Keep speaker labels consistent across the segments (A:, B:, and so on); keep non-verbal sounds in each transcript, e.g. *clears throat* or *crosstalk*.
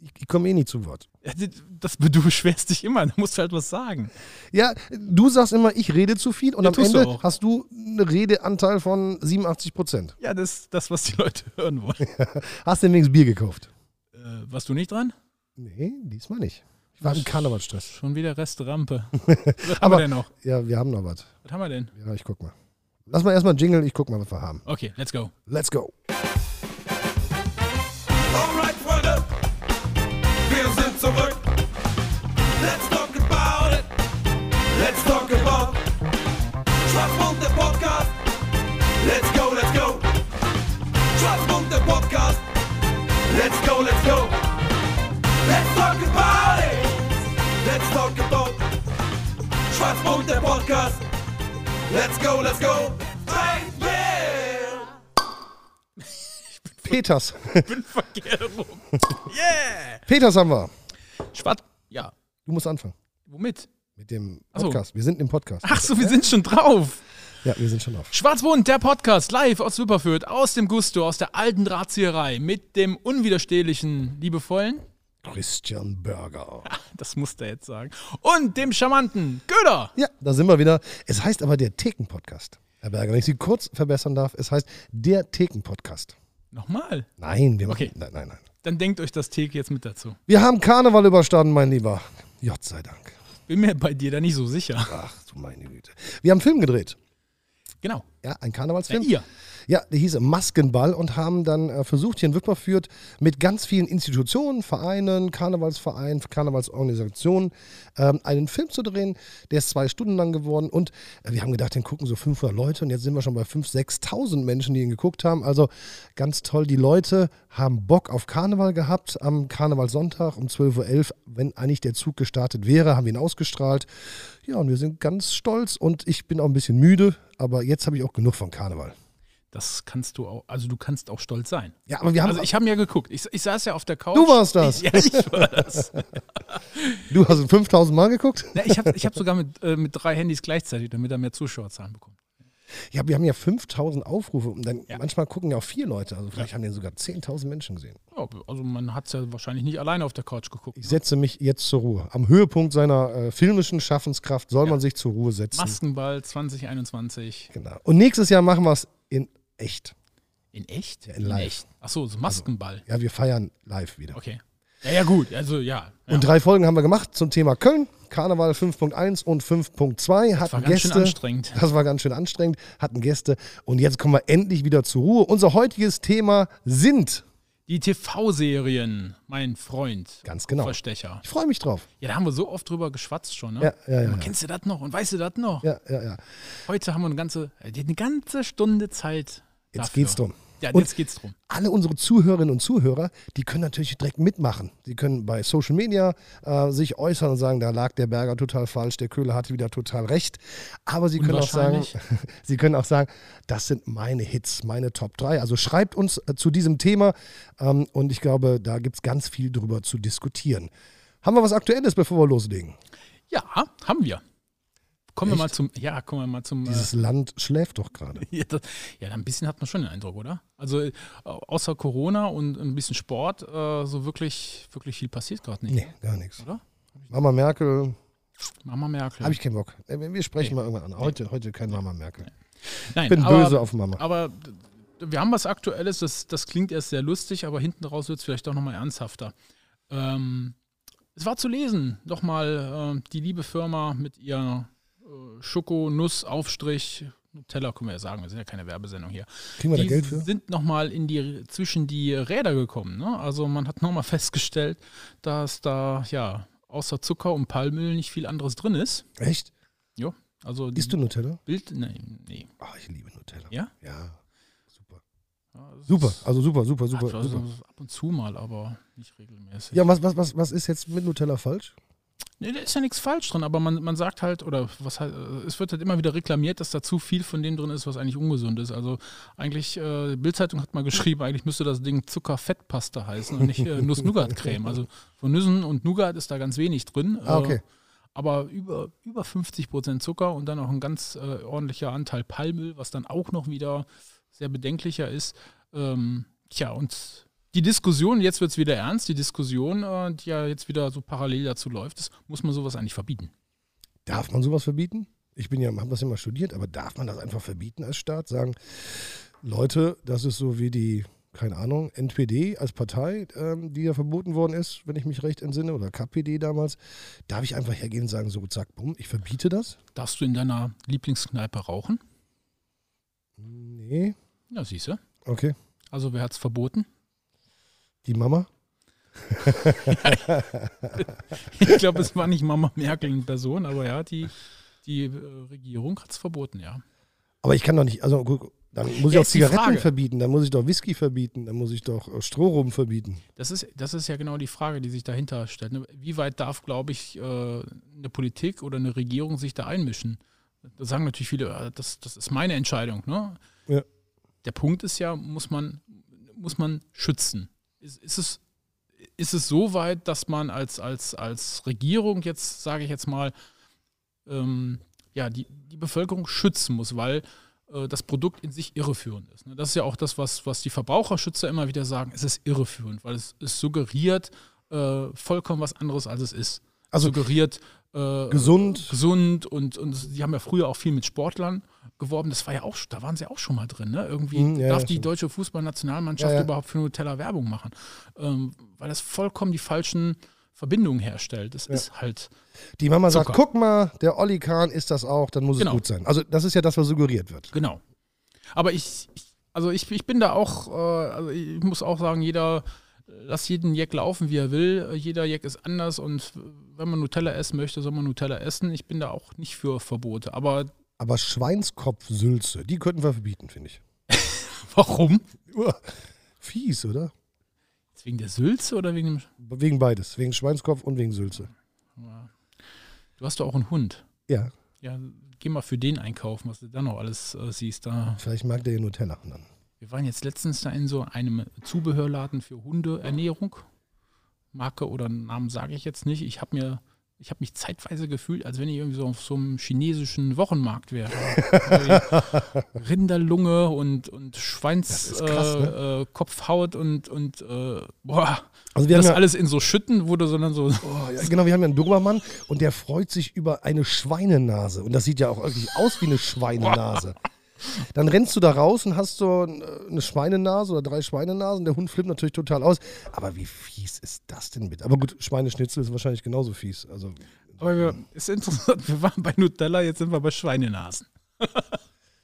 A: Ich, ich komme eh nie zu Wort.
B: Ja, *laughs* Das, du beschwerst dich immer, da musst du halt was sagen.
A: Ja, du sagst immer, ich rede zu viel und
B: Ja,
A: am
B: tust du
A: Ende
B: auch.
A: hast du einen Redeanteil von 87 Prozent.
B: Ja, das ist das, was die Leute hören wollen.
A: Hast denn wenigstens Bier gekauft?
B: *laughs* Äh, warst du nicht dran?
A: Nee, diesmal nicht. Ich war im Karnevalstress.
B: Schon wieder Restrampe. *laughs* Was haben
A: Aber-
B: wir denn noch?
A: Ja, wir haben noch was.
B: Was haben wir denn?
A: Ja, ich guck mal. Lass mal erstmal Jingle, ich guck mal, was wir haben.
B: Okay, let's go.
A: Let's go.
C: Alright, Freunde, wir sind zurück. Let's talk about it. Let's talk about Schwarzmund, der Podcast. Let's go, let's go. Schwarzmund, der Podcast. Let's go, let's go. Let's talk about it. Let's talk about Schwarzmund, der Podcast. Let's go, let's go. Baby!
A: Peters. *laughs*
B: Bin verkehrt *laughs* rum. Yeah!
A: Peters haben wir.
B: Schwarz. Ja.
A: Du musst anfangen.
B: Womit?
A: Mit dem
B: so.
A: Podcast. Wir sind im Podcast.
B: Ach so, wir sind schon drauf.
A: Ja, wir sind schon auf.
B: Schwarzbund, der Podcast, live aus Wipperfürth, aus dem Gusto, aus der alten Drahtzieherei, mit dem unwiderstehlichen, liebevollen,
A: Christian Burger.
B: das musste er jetzt sagen, und dem charmanten Göder.
A: Ja, da sind wir wieder. Es heißt aber der Theken-Podcast. Herr Berger, wenn ich Sie kurz verbessern darf, es heißt der Theken-Podcast.
B: Nochmal.
A: Nein, wir machen.
B: Okay.
A: Nein, nein, nein.
B: Dann denkt euch das Theke jetzt mit dazu.
A: Wir haben Karneval überstanden, mein Lieber. Gott sei Dank.
B: Bin mir bei dir da nicht so sicher.
A: Ach du meine Güte. Wir haben einen Film gedreht.
B: Genau.
A: Ja, ein Karnevalsfilm.
B: Ja, ihr.
A: Ja, der hieß Maskenball und haben dann äh, versucht, hier in Wipperfürth mit ganz vielen Institutionen, Vereinen, Karnevalsvereinen, Karnevalsorganisationen ähm, einen Film zu drehen. Der ist zwei Stunden lang geworden und äh, wir haben gedacht, den gucken so 500 Leute und jetzt sind wir schon bei 5.000, 6.000 Menschen, die ihn geguckt haben. Also ganz toll, die Leute haben Bock auf Karneval gehabt. Am Karnevalsonntag um 12.11 Uhr, wenn eigentlich der Zug gestartet wäre, haben wir ihn ausgestrahlt. Ja, und wir sind ganz stolz und ich bin auch ein bisschen müde, aber jetzt habe ich auch genug von Karneval.
B: Das kannst du auch, also du kannst auch stolz sein.
A: Ja, aber wir haben
B: Also ich habe mir geguckt. Ich, ich saß ja auf der Couch.
A: Du warst das.
B: Ich, *laughs* ja, ich war das.
A: Du hast ihn 5000 Mal geguckt?
B: Na, ich habe ich hab sogar mit, äh, mit drei Handys gleichzeitig, damit er mehr Zuschauerzahlen bekommt.
A: Ja, wir haben ja 5000 Aufrufe und dann
B: Ja.
A: manchmal gucken ja auch vier Leute. Also vielleicht haben den sogar 10.000 Menschen gesehen.
B: Ja, also man hat es ja wahrscheinlich nicht alleine auf der Couch geguckt.
A: Ich setze mich jetzt zur Ruhe. Am Höhepunkt seiner äh, filmischen Schaffenskraft soll man sich zur Ruhe setzen.
B: Maskenball 2021.
A: Genau. Und nächstes Jahr machen wir es in echt.
B: In echt?
A: in live.
B: Achso, so Maskenball.
A: Ja, wir feiern live wieder.
B: Okay. Ja, ja, gut. Also ja. ja.
A: Und drei Folgen haben wir gemacht zum Thema Köln, Karneval 5.1 und 5.2. Hatten
B: war ganz schön
A: Gäste.
B: anstrengend.
A: Das war ganz schön anstrengend, hatten Gäste. Und jetzt kommen wir endlich wieder zur Ruhe. Unser heutiges Thema sind,
B: Die TV-Serien, mein Freund.
A: Ganz genau.
B: Verstecher.
A: ich freue mich drauf.
B: Ja, da haben wir so oft drüber geschwatzt schon, ne?
A: Ja, ja, ja, ja.
B: Aber Kennst du das noch und weißt du das noch?
A: Ja, ja, ja.
B: Heute haben wir eine ganze, äh, die- eine ganze Stunde Zeit.
A: Jetzt
B: dafür.
A: geht's drum.
B: Ja,
A: Und-
B: jetzt geht's drum.
A: alle unsere Zuhörerinnen und Zuhörer, die können natürlich direkt mitmachen. Die können bei Social Media äh, sich äußern und sagen, da lag der Berger total falsch, der Köhler hatte wieder total recht. Aber sie können auch sagen, *laughs* sie können auch sagen, das sind meine Hits, meine Top 3. Also schreibt uns äh, zu diesem Thema ähm, und ich glaube, da gibt es ganz viel drüber zu diskutieren. Haben wir was Aktuelles, bevor wir loslegen?
B: Äh. Ja, haben wir. Kommen wir mal zum, ja, kommen wir mal zum. äh,
A: Dieses Land schläft doch gerade.
B: Ja, das, ja, ein bisschen hat man schon den Eindruck, oder? Also äh, außer Corona und ein bisschen Sport, äh, so wirklich, wirklich viel passiert gerade nicht.
A: Nee, gar nichts.
B: Oder?
A: Mama Merkel,
B: Mama Merkel.
A: habe ich keinen Bock. Äh, Wir sprechen mal irgendwann an. Heute, heute kein Mama Merkel.
B: Nein,
A: Ich bin
B: aber,
A: böse auf Mama.
B: Aber d- wir haben was Aktuelles, das, das klingt erst sehr lustig, aber hinten raus wird es vielleicht doch nochmal ernsthafter. Ähm, es war zu lesen, nochmal äh, die liebe Firma mit ihrer äh, Schoko-Nuss-Aufstrich. Nutella können wir ja sagen, wir sind ja keine Werbesendung hier.
A: Kriegen wir da
B: die
A: Geld für?
B: sind nochmal in die zwischen die Räder gekommen. Ne? Also man hat nochmal *laughs* festgestellt, dass da ja außer Zucker und Palmöl nicht viel anderes drin ist.
A: Echt?
B: Jo. Also die
A: Isst du Nutella?
B: Bild. Nein, nee.
A: Ah, ich liebe Nutella.
B: Ja?
A: Ja. Super.
B: Ja, das
A: Super,
B: ist-
A: also super, super,
B: Ach,
A: super.
B: also
A: super.
B: Ab und zu mal, aber nicht regelmäßig.
A: Ja, was, was, was, was ist jetzt mit Nutella falsch?
B: Nee, da ist ja nichts falsch drin, aber man, man sagt halt, oder was halt, äh, es wird halt immer wieder reklamiert, dass da zu viel von dem drin ist, was eigentlich ungesund ist. Also eigentlich, äh, die Bildzeitung hat mal geschrieben, eigentlich müsste das Ding Zuckerfettpasta heißen und nicht äh, Nuss-Nougat-Creme. Also von Nüssen und Nougat ist da ganz wenig drin.
A: Ah, okay.
B: Äh, aber über, über 50 Prozent Zucker und dann auch ein ganz äh, ordentlicher Anteil Palmöl, was dann auch noch wieder sehr bedenklicher ist. Ähm, tja, und die Diskussion, jetzt wird es wieder ernst, die Diskussion, äh, die ja jetzt wieder so parallel dazu läuft, ist, muss man sowas eigentlich verbieten.
A: Darf man sowas verbieten? Ich bin ja, habe das immer studiert, aber darf man das einfach verbieten als Staat? Sagen, Leute, das ist so wie die, keine Ahnung, NPD als Partei, ähm, die ja verboten worden ist, wenn ich mich recht entsinne, oder KPD damals. Darf ich einfach hergehen und sagen, so, zack, bumm, ich verbiete das?
B: Darfst du in deiner Lieblingskneipe rauchen?
A: Nee.
B: Ja, siehst du.
A: Okay.
B: Also wer hat es verboten? *laughs*
A: Die Mama?
B: Ich glaube, es war nicht Mama Merkel in Person, aber ja, die, die äh, Regierung hat es verboten, ja.
A: Aber ich kann doch nicht, also guck, dann muss ich
B: Ja,
A: auch
B: ist die
A: Zigaretten
B: Frage.
A: verbieten, dann muss ich doch Whisky verbieten, dann muss ich doch äh, Strohrum verbieten.
B: Das ist, das ist ja genau die Frage, die sich dahinter stellt. ne? Wie weit darf, glaube ich, äh, eine Politik oder eine Regierung sich da einmischen? Da sagen natürlich viele, "Ah, das, das ist meine Entscheidung. Ne?
A: Ja.
B: Der Punkt ist ja, muss man, muss man schützen. Ist, ist, es, ist es so weit, dass man als, als, als Regierung jetzt, sage ich jetzt mal, ähm, ja, die, die Bevölkerung schützen muss, weil äh, das Produkt in sich irreführend ist. ne? Das ist ja auch das, was, was die Verbraucherschützer immer wieder sagen, es ist irreführend, weil es, es suggeriert äh, vollkommen was anderes, als es ist.
A: Also
B: suggeriert äh,
A: Gesund.
B: gesund und, und die haben ja früher auch viel mit Sportlern geworben. Das war ja auch, da waren sie auch schon mal drin. Ne? Irgendwie
A: Mhm, ja,
B: darf
A: ja,
B: die
A: stimmt.
B: deutsche Fußballnationalmannschaft
A: Ja, ja.
B: überhaupt für Nutella Werbung machen, ähm, weil das vollkommen die falschen Verbindungen herstellt. Das ist halt
A: Die Mama sagt,
B: Zucker.
A: guck mal, der Olli Kahn ist das auch, dann muss
B: Genau.
A: es gut sein. Also das ist ja das, was suggeriert wird.
B: Genau. Aber ich, ich also ich, ich bin da auch, äh, also ich muss auch sagen, jeder, äh, lass jeden Jack laufen, wie er will. Äh, Jeder Jack ist anders und äh, wenn man Nutella essen möchte, soll man Nutella essen. Ich bin da auch nicht für Verbote. Aber *laughs*
A: Aber Schweinskopfsülze, die könnten wir verbieten, finde ich.
B: warum?
A: Uah, fies, oder?
B: Jetzt wegen der Sülze oder wegen dem. Sch-
A: Wegen beides, wegen Schweinskopf und wegen Sülze.
B: Du hast doch auch einen Hund.
A: Ja,
B: Ja, geh mal für den einkaufen, was du da noch alles äh, siehst. Da
A: vielleicht mag der ja Nutella. Dann.
B: Wir waren jetzt letztens da in so einem Zubehörladen für Hundeernährung. Marke oder Namen sage ich jetzt nicht. Ich habe mir, ich habe mich zeitweise gefühlt, als wenn ich irgendwie so auf so einem chinesischen
A: *laughs*
B: Wochenmarkt wäre. Irgendwie Rinderlunge und, und
A: ist krass,
B: Schweinskopfhaut
A: ne?
B: äh, Kopfhaut und, und äh, boah,
A: Also wir
B: das
A: haben ja,
B: alles in so Schütten wurde, sondern so.
A: oh, ja, genau, wir haben ja einen Dobermann und der freut sich über eine Schweinenase. Und das sieht ja auch wirklich aus wie eine Schweinenase. Dann rennst du da raus und hast so äh, eine Schweinenase oder drei Schweinenasen. Der Hund flippt natürlich total aus. Aber wie fies ist das denn mit? Aber gut, Schweineschnitzel ist wahrscheinlich genauso fies. Also
B: *laughs* Aber wir, ist interessant, wir waren bei Nutella, jetzt sind wir bei Schweinenasen.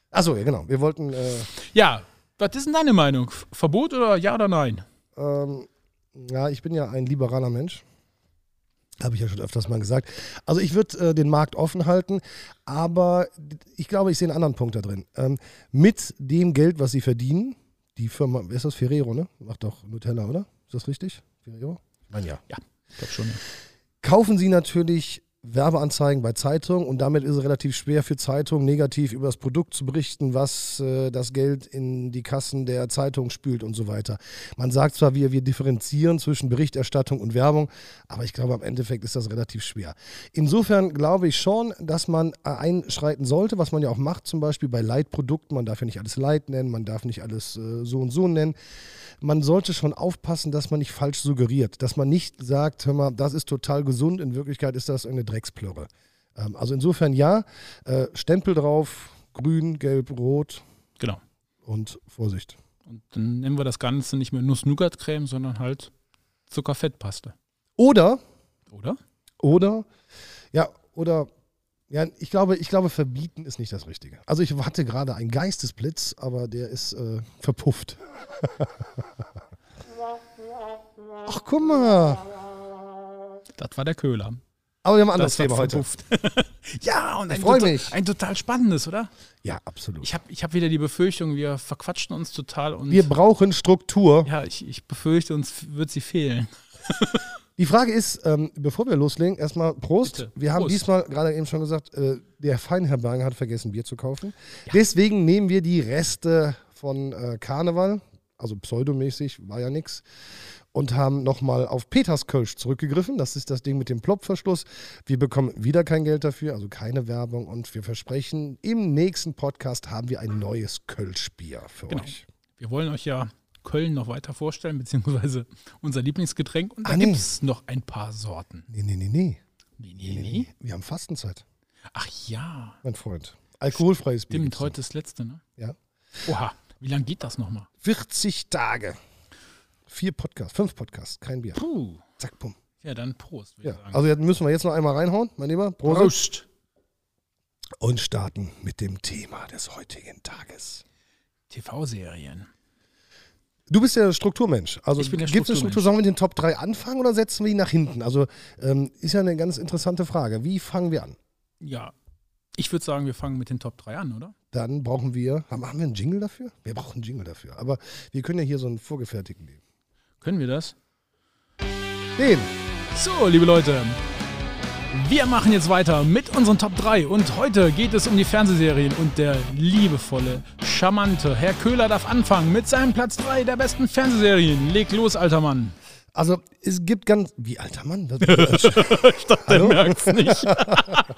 A: Achso, ja, genau. Wir wollten. Äh,
B: Ja, was ist denn deine Meinung? Verbot oder ja oder nein?
A: ähm, ja, ich bin ja ein liberaler Mensch. Habe ich ja schon öfters mal gesagt. Also, ich würde äh, den Markt offen halten, aber ich glaube, ich sehe einen anderen Punkt da drin. Ähm, mit dem Geld, was sie verdienen, die Firma, wer ist das? Ferrero, ne? Macht doch Nutella, oder? Ist das richtig? Ferrero? Ich meine, ja.
B: Ja, ich glaube schon. Ja.
A: kaufen sie natürlich Werbeanzeigen bei Zeitungen und damit ist es relativ schwer für Zeitungen negativ über das Produkt zu berichten, was äh, das Geld in die Kassen der Zeitung spült und so weiter. Man sagt zwar, wir, wir differenzieren zwischen Berichterstattung und Werbung, aber ich glaube, am Endeffekt ist das relativ schwer. Insofern glaube ich schon, dass man äh, einschreiten sollte, was man ja auch macht, zum Beispiel bei Leitprodukten. Man darf ja nicht alles Leit nennen, man darf nicht alles äh, so und so nennen man sollte schon aufpassen, dass man nicht falsch suggeriert, dass man nicht sagt, hör mal, das ist total gesund, in Wirklichkeit ist das eine Drecksplörre. Ähm, also insofern ja, äh, Stempel drauf, grün, gelb, rot
B: Genau.
A: und Vorsicht.
B: Und dann nennen wir das Ganze nicht mehr Nuss-Nougat-Creme, sondern halt Zuckerfettpaste.
A: Oder,
B: Oder?
A: oder, ja, oder, ja, ich glaube, ich glaube, verbieten ist nicht das Richtige. Also ich hatte gerade einen Geistesblitz, aber der ist äh, verpufft. *laughs* Ach, guck mal.
B: Das war der Köhler.
A: Aber wir haben ein anderes
B: Das war
A: Thema heute.
B: verpufft. *laughs* ja, und ein,
A: freu
B: total,
A: mich.
B: ein total spannendes, oder?
A: Ja, absolut.
B: Ich habe ich hab wieder die Befürchtung, wir verquatschen uns total und
A: Wir brauchen Struktur.
B: ja, ich, ich befürchte, uns wird sie fehlen.
A: Die Frage ist, ähm, bevor wir loslegen, erstmal Prost.
B: Bitte.
A: Wir haben
B: Prost.
A: diesmal gerade eben schon gesagt, äh, der Feinherberger hat vergessen, Bier zu kaufen. Deswegen nehmen wir die Reste von äh, Karneval, also pseudomäßig, war ja nix, und haben nochmal auf Peterskölsch zurückgegriffen. Das ist das Ding mit dem Plopverschluss. Wir bekommen wieder kein Geld dafür, also keine Werbung. Und wir versprechen, im nächsten Podcast haben wir ein neues Kölschbier für
B: Genau.
A: euch.
B: Wir wollen euch ja Köln noch weiter vorstellen, beziehungsweise unser Lieblingsgetränk. Und da
A: Ah, nee.
B: gibt es noch ein paar Sorten.
A: Nee, nee, nee, nee.
B: Nee, nee, nee.
A: Wir haben Fastenzeit,
B: Ach ja,
A: mein Freund. Alkoholfreies Bier.
B: stimmt,
A: gibt's
B: heute ist letzte, ne?
A: noch. Ja.
B: Oha, wie lange geht das nochmal?
A: 40 Tage. Vier Podcasts, fünf Podcasts, kein Bier.
B: Puh.
A: Zack, bumm.
B: Ja, dann Prost, würde
A: Ja.
B: ich sagen.
A: Also jetzt müssen wir jetzt noch einmal reinhauen, mein Lieber. Prost.
B: Prost.
A: Und starten mit dem Thema des heutigen Tages.
B: TV-Serien.
A: Du bist der Strukturmensch. Also
B: Ich bin der
A: gibt es eine
B: Strukturmensch.
A: Struktur, sollen wir mit den Top 3 anfangen oder setzen wir die nach hinten? Also ähm, ist ja eine ganz interessante Frage. Wie fangen wir an?
B: Ja, ich würde sagen, wir fangen mit den Top 3 an, oder?
A: Dann brauchen wir, haben, haben wir einen Jingle dafür? Wir brauchen einen Jingle dafür. Aber wir können ja hier so einen vorgefertigten nehmen.
B: Können wir das?
A: Den.
B: So, liebe Leute, wir machen jetzt weiter mit unseren Top 3 und heute geht es um die Fernsehserien und der liebevolle, charmante Herr Köhler darf anfangen mit seinem Platz 3 der besten Fernsehserien. Leg los, alter Mann.
A: Also es gibt ganz, wie alter Mann?
B: *laughs*
A: Das,
B: Der merkt's nicht.
A: *laughs*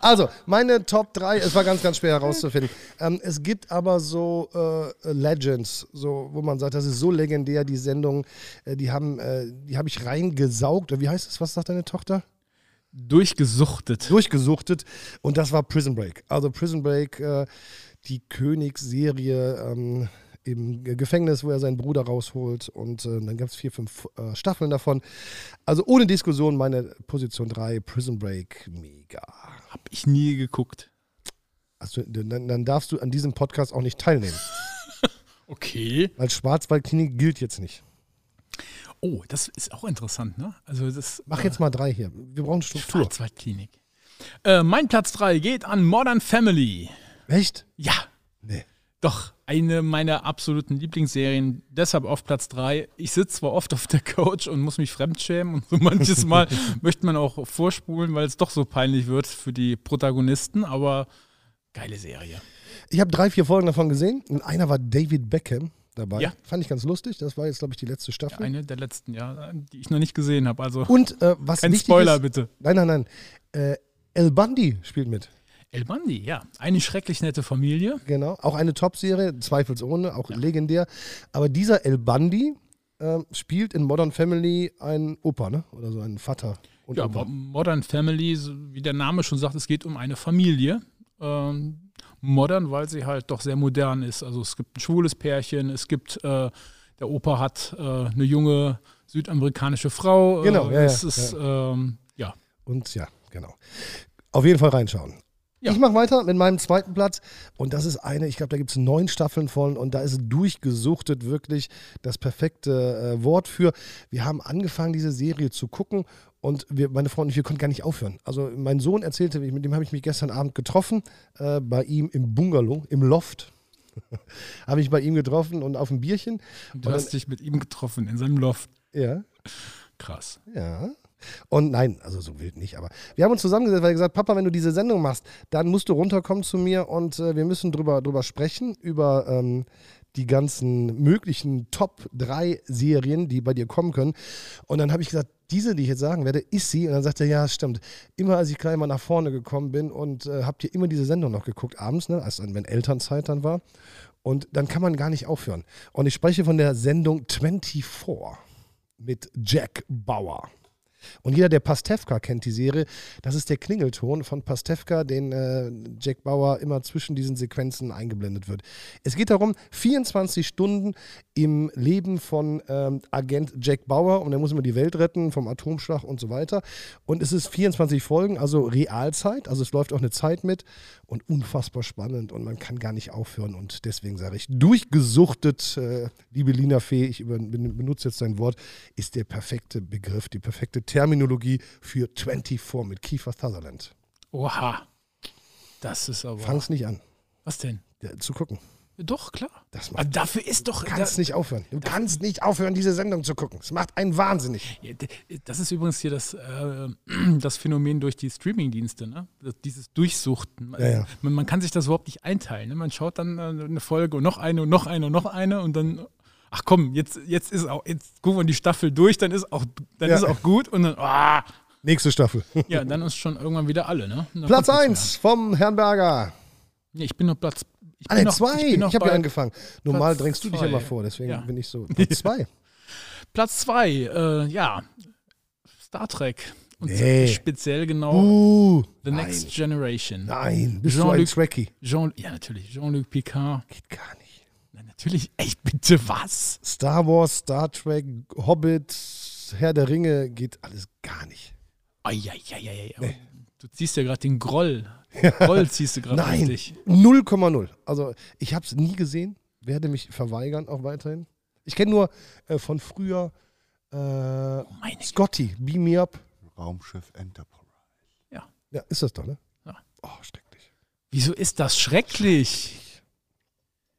A: Also, meine Top 3, es war ganz, ganz schwer herauszufinden. Ähm, es gibt aber so äh, Legends, so, wo man sagt, das ist so legendär, die Sendung, äh, die haben, äh, die habe ich reingesaugt. Oder Wie heißt es? Was sagt deine Tochter?
B: Durchgesuchtet.
A: Durchgesuchtet. Und das war Prison Break. Also Prison Break, äh, die Königsserie ähm, im Ge- Gefängnis, wo er seinen Bruder rausholt. Und äh, dann gab es vier, fünf äh, Staffeln davon. Also ohne Diskussion meine Position 3, Prison Break, mega.
B: Hab ich nie geguckt.
A: Also, dann, dann darfst du an diesem Podcast auch nicht teilnehmen.
B: Okay.
A: Weil Schwarzwaldklinik gilt jetzt nicht.
B: Oh, das ist auch interessant, ne? Also das
A: Mach jetzt mal drei hier. Wir brauchen Struktur.
B: Schwarzwaldklinik. Äh, mein Platz 3 geht an Modern Family.
A: Echt?
B: Ja,
A: Nee.
B: Doch, eine meiner absoluten Lieblingsserien, deshalb auf Platz 3. Ich sitze zwar oft auf der Couch und muss mich fremdschämen und so *laughs* manches Mal möchte man auch vorspulen, weil es doch so peinlich wird für die Protagonisten, aber geile Serie.
A: Ich habe drei, vier Folgen davon gesehen. Und einer war David Beckham dabei.
B: Ja.
A: Fand ich ganz lustig. Das war jetzt, glaube ich, die letzte Staffel.
B: Eine der letzten, ja, die ich noch nicht gesehen habe. Also
A: Und äh, was
B: kein
A: wichtig
B: Spoiler
A: ist,
B: bitte.
A: Nein, nein, nein. Äh, El Bundy spielt mit.
B: El Bandi, ja. Eine schrecklich nette Familie.
A: Genau. Auch eine Top-Serie, zweifelsohne, auch legendär. Aber dieser El Bundy äh, spielt in Modern Family einen Opa, ne? Oder so einen Vater. Und
B: Ja, Mo-
A: Opa.
B: Modern Family, so wie der Name schon sagt, es geht um eine Familie. Ähm, modern, weil sie halt doch sehr modern ist. Also es gibt ein schwules Pärchen, es gibt, äh, der Opa hat äh, eine junge südamerikanische Frau. Äh,
A: Genau, ja,
B: es
A: ja,
B: ist, Ähm, ja.
A: Und ja, genau. Auf jeden Fall reinschauen.
B: Ja.
A: Ich mache weiter mit meinem zweiten Platz. Und das ist eine, ich glaube, da gibt es neun Staffeln von und da ist durchgesuchtet wirklich das perfekte äh, Wort für. Wir haben angefangen, diese Serie zu gucken und wir, meine Frau und ich, wir konnten gar nicht aufhören. Also mein Sohn erzählte, mit dem habe ich mich gestern Abend getroffen, äh, bei ihm im Bungalow, im Loft. *laughs* habe ich bei ihm getroffen und auf ein Bierchen.
B: Du hast dich mit ihm getroffen in seinem Loft.
A: Ja.
B: Krass.
A: Ja. Und nein, also so wild nicht, aber wir haben uns zusammengesetzt, weil er gesagt, Papa, wenn du diese Sendung machst, dann musst du runterkommen zu mir und äh, wir müssen drüber, drüber sprechen, über ähm, die ganzen möglichen Top 3 Serien, die bei dir kommen können. Und dann habe ich gesagt, diese, die ich jetzt sagen werde, ist sie. Und dann sagt er, ja, stimmt. Immer als ich klein mal nach vorne gekommen bin und äh, habt ihr immer diese Sendung noch geguckt, abends, ne? als dann, wenn Elternzeit dann war. Und dann kann man gar nicht aufhören. Und ich spreche von der Sendung 24 mit Jack Bauer. Und jeder, der Pastewka kennt, die Serie, das ist der Klingelton von Pastewka, den äh, Jack Bauer immer zwischen diesen Sequenzen eingeblendet wird. Es geht darum, 24 Stunden im Leben von ähm, Agent Jack Bauer und er muss immer die Welt retten vom Atomschlag und so weiter. Und es ist 24 Folgen, also Realzeit, also es läuft auch eine Zeit mit und unfassbar spannend und man kann gar nicht aufhören und deswegen sage ich, durchgesuchtet, äh, liebe Lina Fee, ich über, ben- benutze jetzt dein Wort, ist der perfekte Begriff, die perfekte Terminologie für 24 mit Kiefer Sutherland.
B: Oha. Das ist aber.
A: Fang's nicht an,
B: Was denn?
A: äh, zu gucken.
B: Ja, Doch, klar.
A: Das
B: Aber
A: macht,
B: dafür ist doch.
A: du kannst nicht aufhören. Du kannst nicht aufhören, diese Sendung zu gucken. Es macht einen wahnsinnig.
B: Ja, d- Das ist übrigens hier das, äh, *clears throat* das Phänomen durch die Streaming-Dienste, ne? Das- Dieses Durchsuchten.
A: Ja, ja.
B: Man, man kann sich das überhaupt nicht einteilen. Ne? Man schaut dann äh, eine Folge und noch eine und noch eine und noch eine und dann, ach komm, jetzt, jetzt ist auch, jetzt gucken wir die Staffel durch, dann ist auch, dann
A: Ja.
B: ist auch gut und dann, ah,
A: Nächste Staffel. *laughs*
B: ja, dann ist schon irgendwann wieder alle, ne? Und dann
A: Platz
B: kommt nichts
A: 1 vom Herrn Berger.
B: mehr. Nee, ich bin noch Platz, Ich
A: Ah, ne,
B: bin noch-
A: zwei.
B: bin
A: Ich,
B: noch
A: habe
B: bei
A: ja angefangen. Normal
B: Platz
A: drängst du dich
B: zwei.
A: immer vor, deswegen
B: Ja.
A: bin ich
B: *laughs*
A: so. Platz zwei.
B: Platz zwei, äh, ja, Star Trek. Und
A: Nee.
B: speziell genau
A: Uh,
B: The
A: nein,
B: Next Generation.
A: nein, bist du ein
B: Jean-Luc-
A: Trekkie?
B: Jean, ja, natürlich, Jean-Luc Picard.
A: Geht gar nicht.
B: Na, natürlich, *laughs* ey, bitte was?
A: Star Wars, Star Trek, Hobbit, Herr der Ringe, geht alles gar nicht.
B: Ai, ai, ai, ai, ai. Du ziehst ja gerade
A: *laughs*
B: den Groll. Groll ziehst du gerade
A: Nein,
B: richtig.
A: 0,0. Also ich habe es nie gesehen, werde mich verweigern auch weiterhin. Ich kenne nur äh, von früher äh,
B: Oh Meine Güte.
A: Scotty, Beam Me Up.
D: Raumschiff Enterprise.
A: Ja, ist das doch, ne?
B: Ja.
A: Oh, schrecklich.
B: Wieso ist das schrecklich?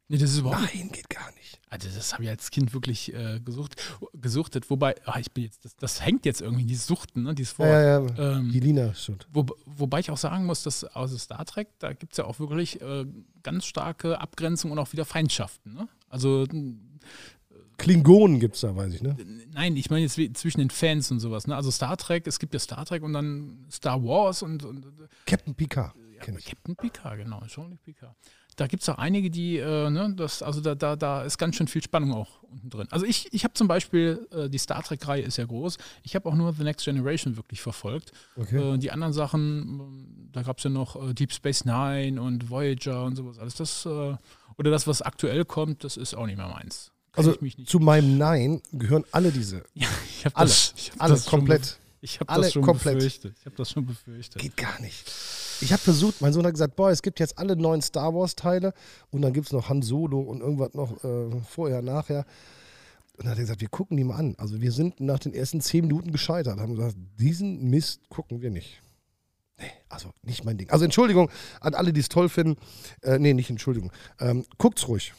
B: Nee, das ist überhaupt
A: Nein, geht gar nicht.
B: Also das habe ich als Kind wirklich äh, gesucht, gesuchtet. Wobei, ah, ich bin jetzt, das, das hängt jetzt irgendwie, die Suchten, ne, dieses Wort.
A: Ja, ja, ja.
B: Ähm,
A: Die Lina stimmt.
B: Wo, wobei ich auch sagen muss, dass also Star Trek, da gibt es ja auch wirklich äh, ganz starke Abgrenzung und auch wieder Feindschaften. Ne? Also n-
A: Klingonen gibt's da, weiß ich, ne?
B: nein, ich meine jetzt wie, zwischen den Fans und sowas. Ne? Also Star Trek, es gibt ja Star Trek und dann Star Wars und, und
A: Captain Picard. kenn
B: ja,
A: ich.
B: Captain Picard, genau, Jean-Luc Picard. Da gibt es auch einige, die, äh, ne, das, also da, da, da ist ganz schön viel Spannung auch unten drin. Also ich, ich habe zum Beispiel, äh, die Star Trek-Reihe ist ja groß, ich habe auch nur The Next Generation wirklich verfolgt.
A: Okay.
B: Äh, die anderen Sachen, ähm, da gab es ja noch äh, Deep Space Nine und Voyager und sowas, alles das, äh, oder das, was aktuell kommt, das ist auch nicht mehr meins. Kann
A: Also
B: ich mich nicht. *laughs*
A: zu meinem Nein gehören alle diese.
B: Ja, ich habe
A: Alle.
B: das, ich hab
A: Alle
B: das Schon,
A: komplett.
B: be- ich habe
A: Alle
B: das schon
A: komplett.
B: befürchtet. Ich habe das schon befürchtet.
A: Geht gar nicht. Ich habe versucht, mein Sohn hat gesagt, boah, es gibt jetzt alle neuen Star Wars-Teile und dann gibt es noch Han Solo und irgendwas noch äh, vorher, nachher. Und dann hat er gesagt, wir gucken die mal an. Also wir sind nach den ersten zehn Minuten gescheitert. Haben gesagt, diesen Mist gucken wir nicht. Nee, also nicht mein Ding. Also Entschuldigung an alle, die es toll finden. Äh, nee, nicht Entschuldigung. Ähm, guckt's ruhig.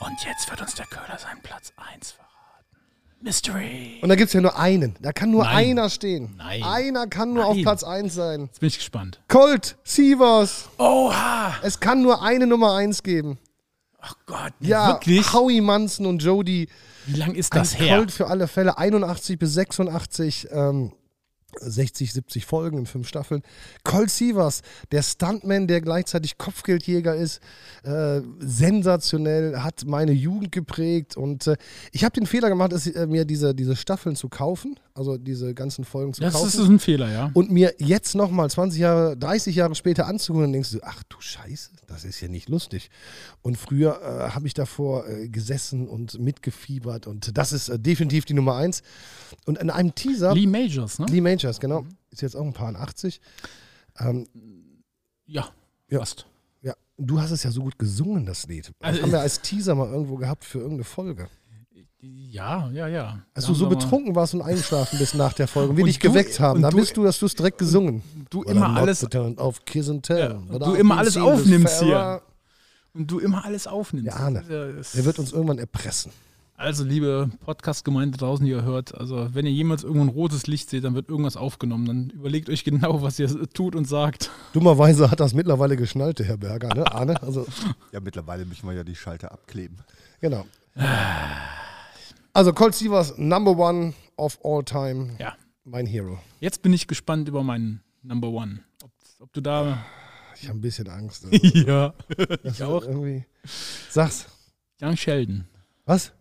B: Und jetzt wird uns der Köder seinen Platz 1 verraten. Mystery.
A: Und da gibt es ja nur einen. Da kann nur
B: Nein.
A: einer stehen.
B: Nein.
A: Einer kann nur auf
B: Nein.
A: Platz 1 sein.
B: Jetzt bin ich gespannt.
A: Colt, Sievers.
B: Oha!
A: Es kann nur eine Nummer 1 geben.
B: Ach Gott,
A: Ja,
B: wirklich?
A: Howie Manson und Jody.
B: Wie lang ist
A: Ein
B: das her?
A: Colt für alle Fälle. 81 bis 86, ähm, 60, 70 Folgen in fünf Staffeln. Colt Sievers, der Stuntman, der gleichzeitig Kopfgeldjäger ist. Äh, sensationell, hat meine Jugend geprägt. Und äh, ich habe den Fehler gemacht, es, äh, mir diese, diese Staffeln zu kaufen. Also diese ganzen Folgen zu
B: Das
A: kaufen.
B: ist, ist ein Fehler, ja.
A: und mir jetzt nochmal 20 Jahre, 30 Jahre später anzugucken und denkst du, ach du Scheiße, das ist ja nicht lustig. Und früher äh, habe ich davor äh, gesessen und mitgefiebert und das ist äh, definitiv die Nummer eins. Und in einem Teaser, Lee,
B: Lee Majors, ne?
A: Manchers, genau, ist jetzt auch ein paar und 80. Ähm,
B: Ja,
A: Ja.
B: fast.
A: ja, du hast es ja so gut gesungen, das Lied. Das
B: Also-
A: haben wir als Teaser mal irgendwo gehabt für irgendeine Folge.
B: Ja, ja, ja.
A: Als
B: Da
A: du Also so
B: haben wir mal-
A: betrunken warst und eingeschlafen bist nach der Folge und wir
B: Und
A: dich
B: du-
A: geweckt haben,
B: und
A: da
B: du-
A: bist du, dass du es direkt gesungen.
B: Du
A: Well, I'm
B: immer
A: not
B: alles,
A: determined auf Kiss and Tell.
B: Ja, und
A: but
B: du
A: I've
B: immer
A: been
B: alles
A: seen with
B: aufnimmst hier.
A: Farrah.
B: und du immer alles aufnimmst.
A: Der Arne.
B: Das-
A: ne. Er wird uns irgendwann erpressen.
B: Also, liebe Podcast-Gemeinde draußen, die ihr hört, also wenn ihr jemals irgendwo ein rotes Licht seht, dann wird irgendwas aufgenommen. Dann überlegt euch genau, was ihr tut und sagt.
A: Dummerweise hat das mittlerweile geschnallt, der Herr Berger, ne, Arne? Also,
D: Ja, mittlerweile müssen wir ja die Schalter abkleben.
A: genau. Also, Colt Sievers, number one of all time,
B: Ja.
A: mein Hero.
B: Jetzt bin ich gespannt über meinen Number One. Ob, ob du da.
A: Ich habe ein bisschen Angst. Also,
B: *laughs* ja. ich auch.
A: irgendwie. Sag's.
B: Young Sheldon.
A: Was?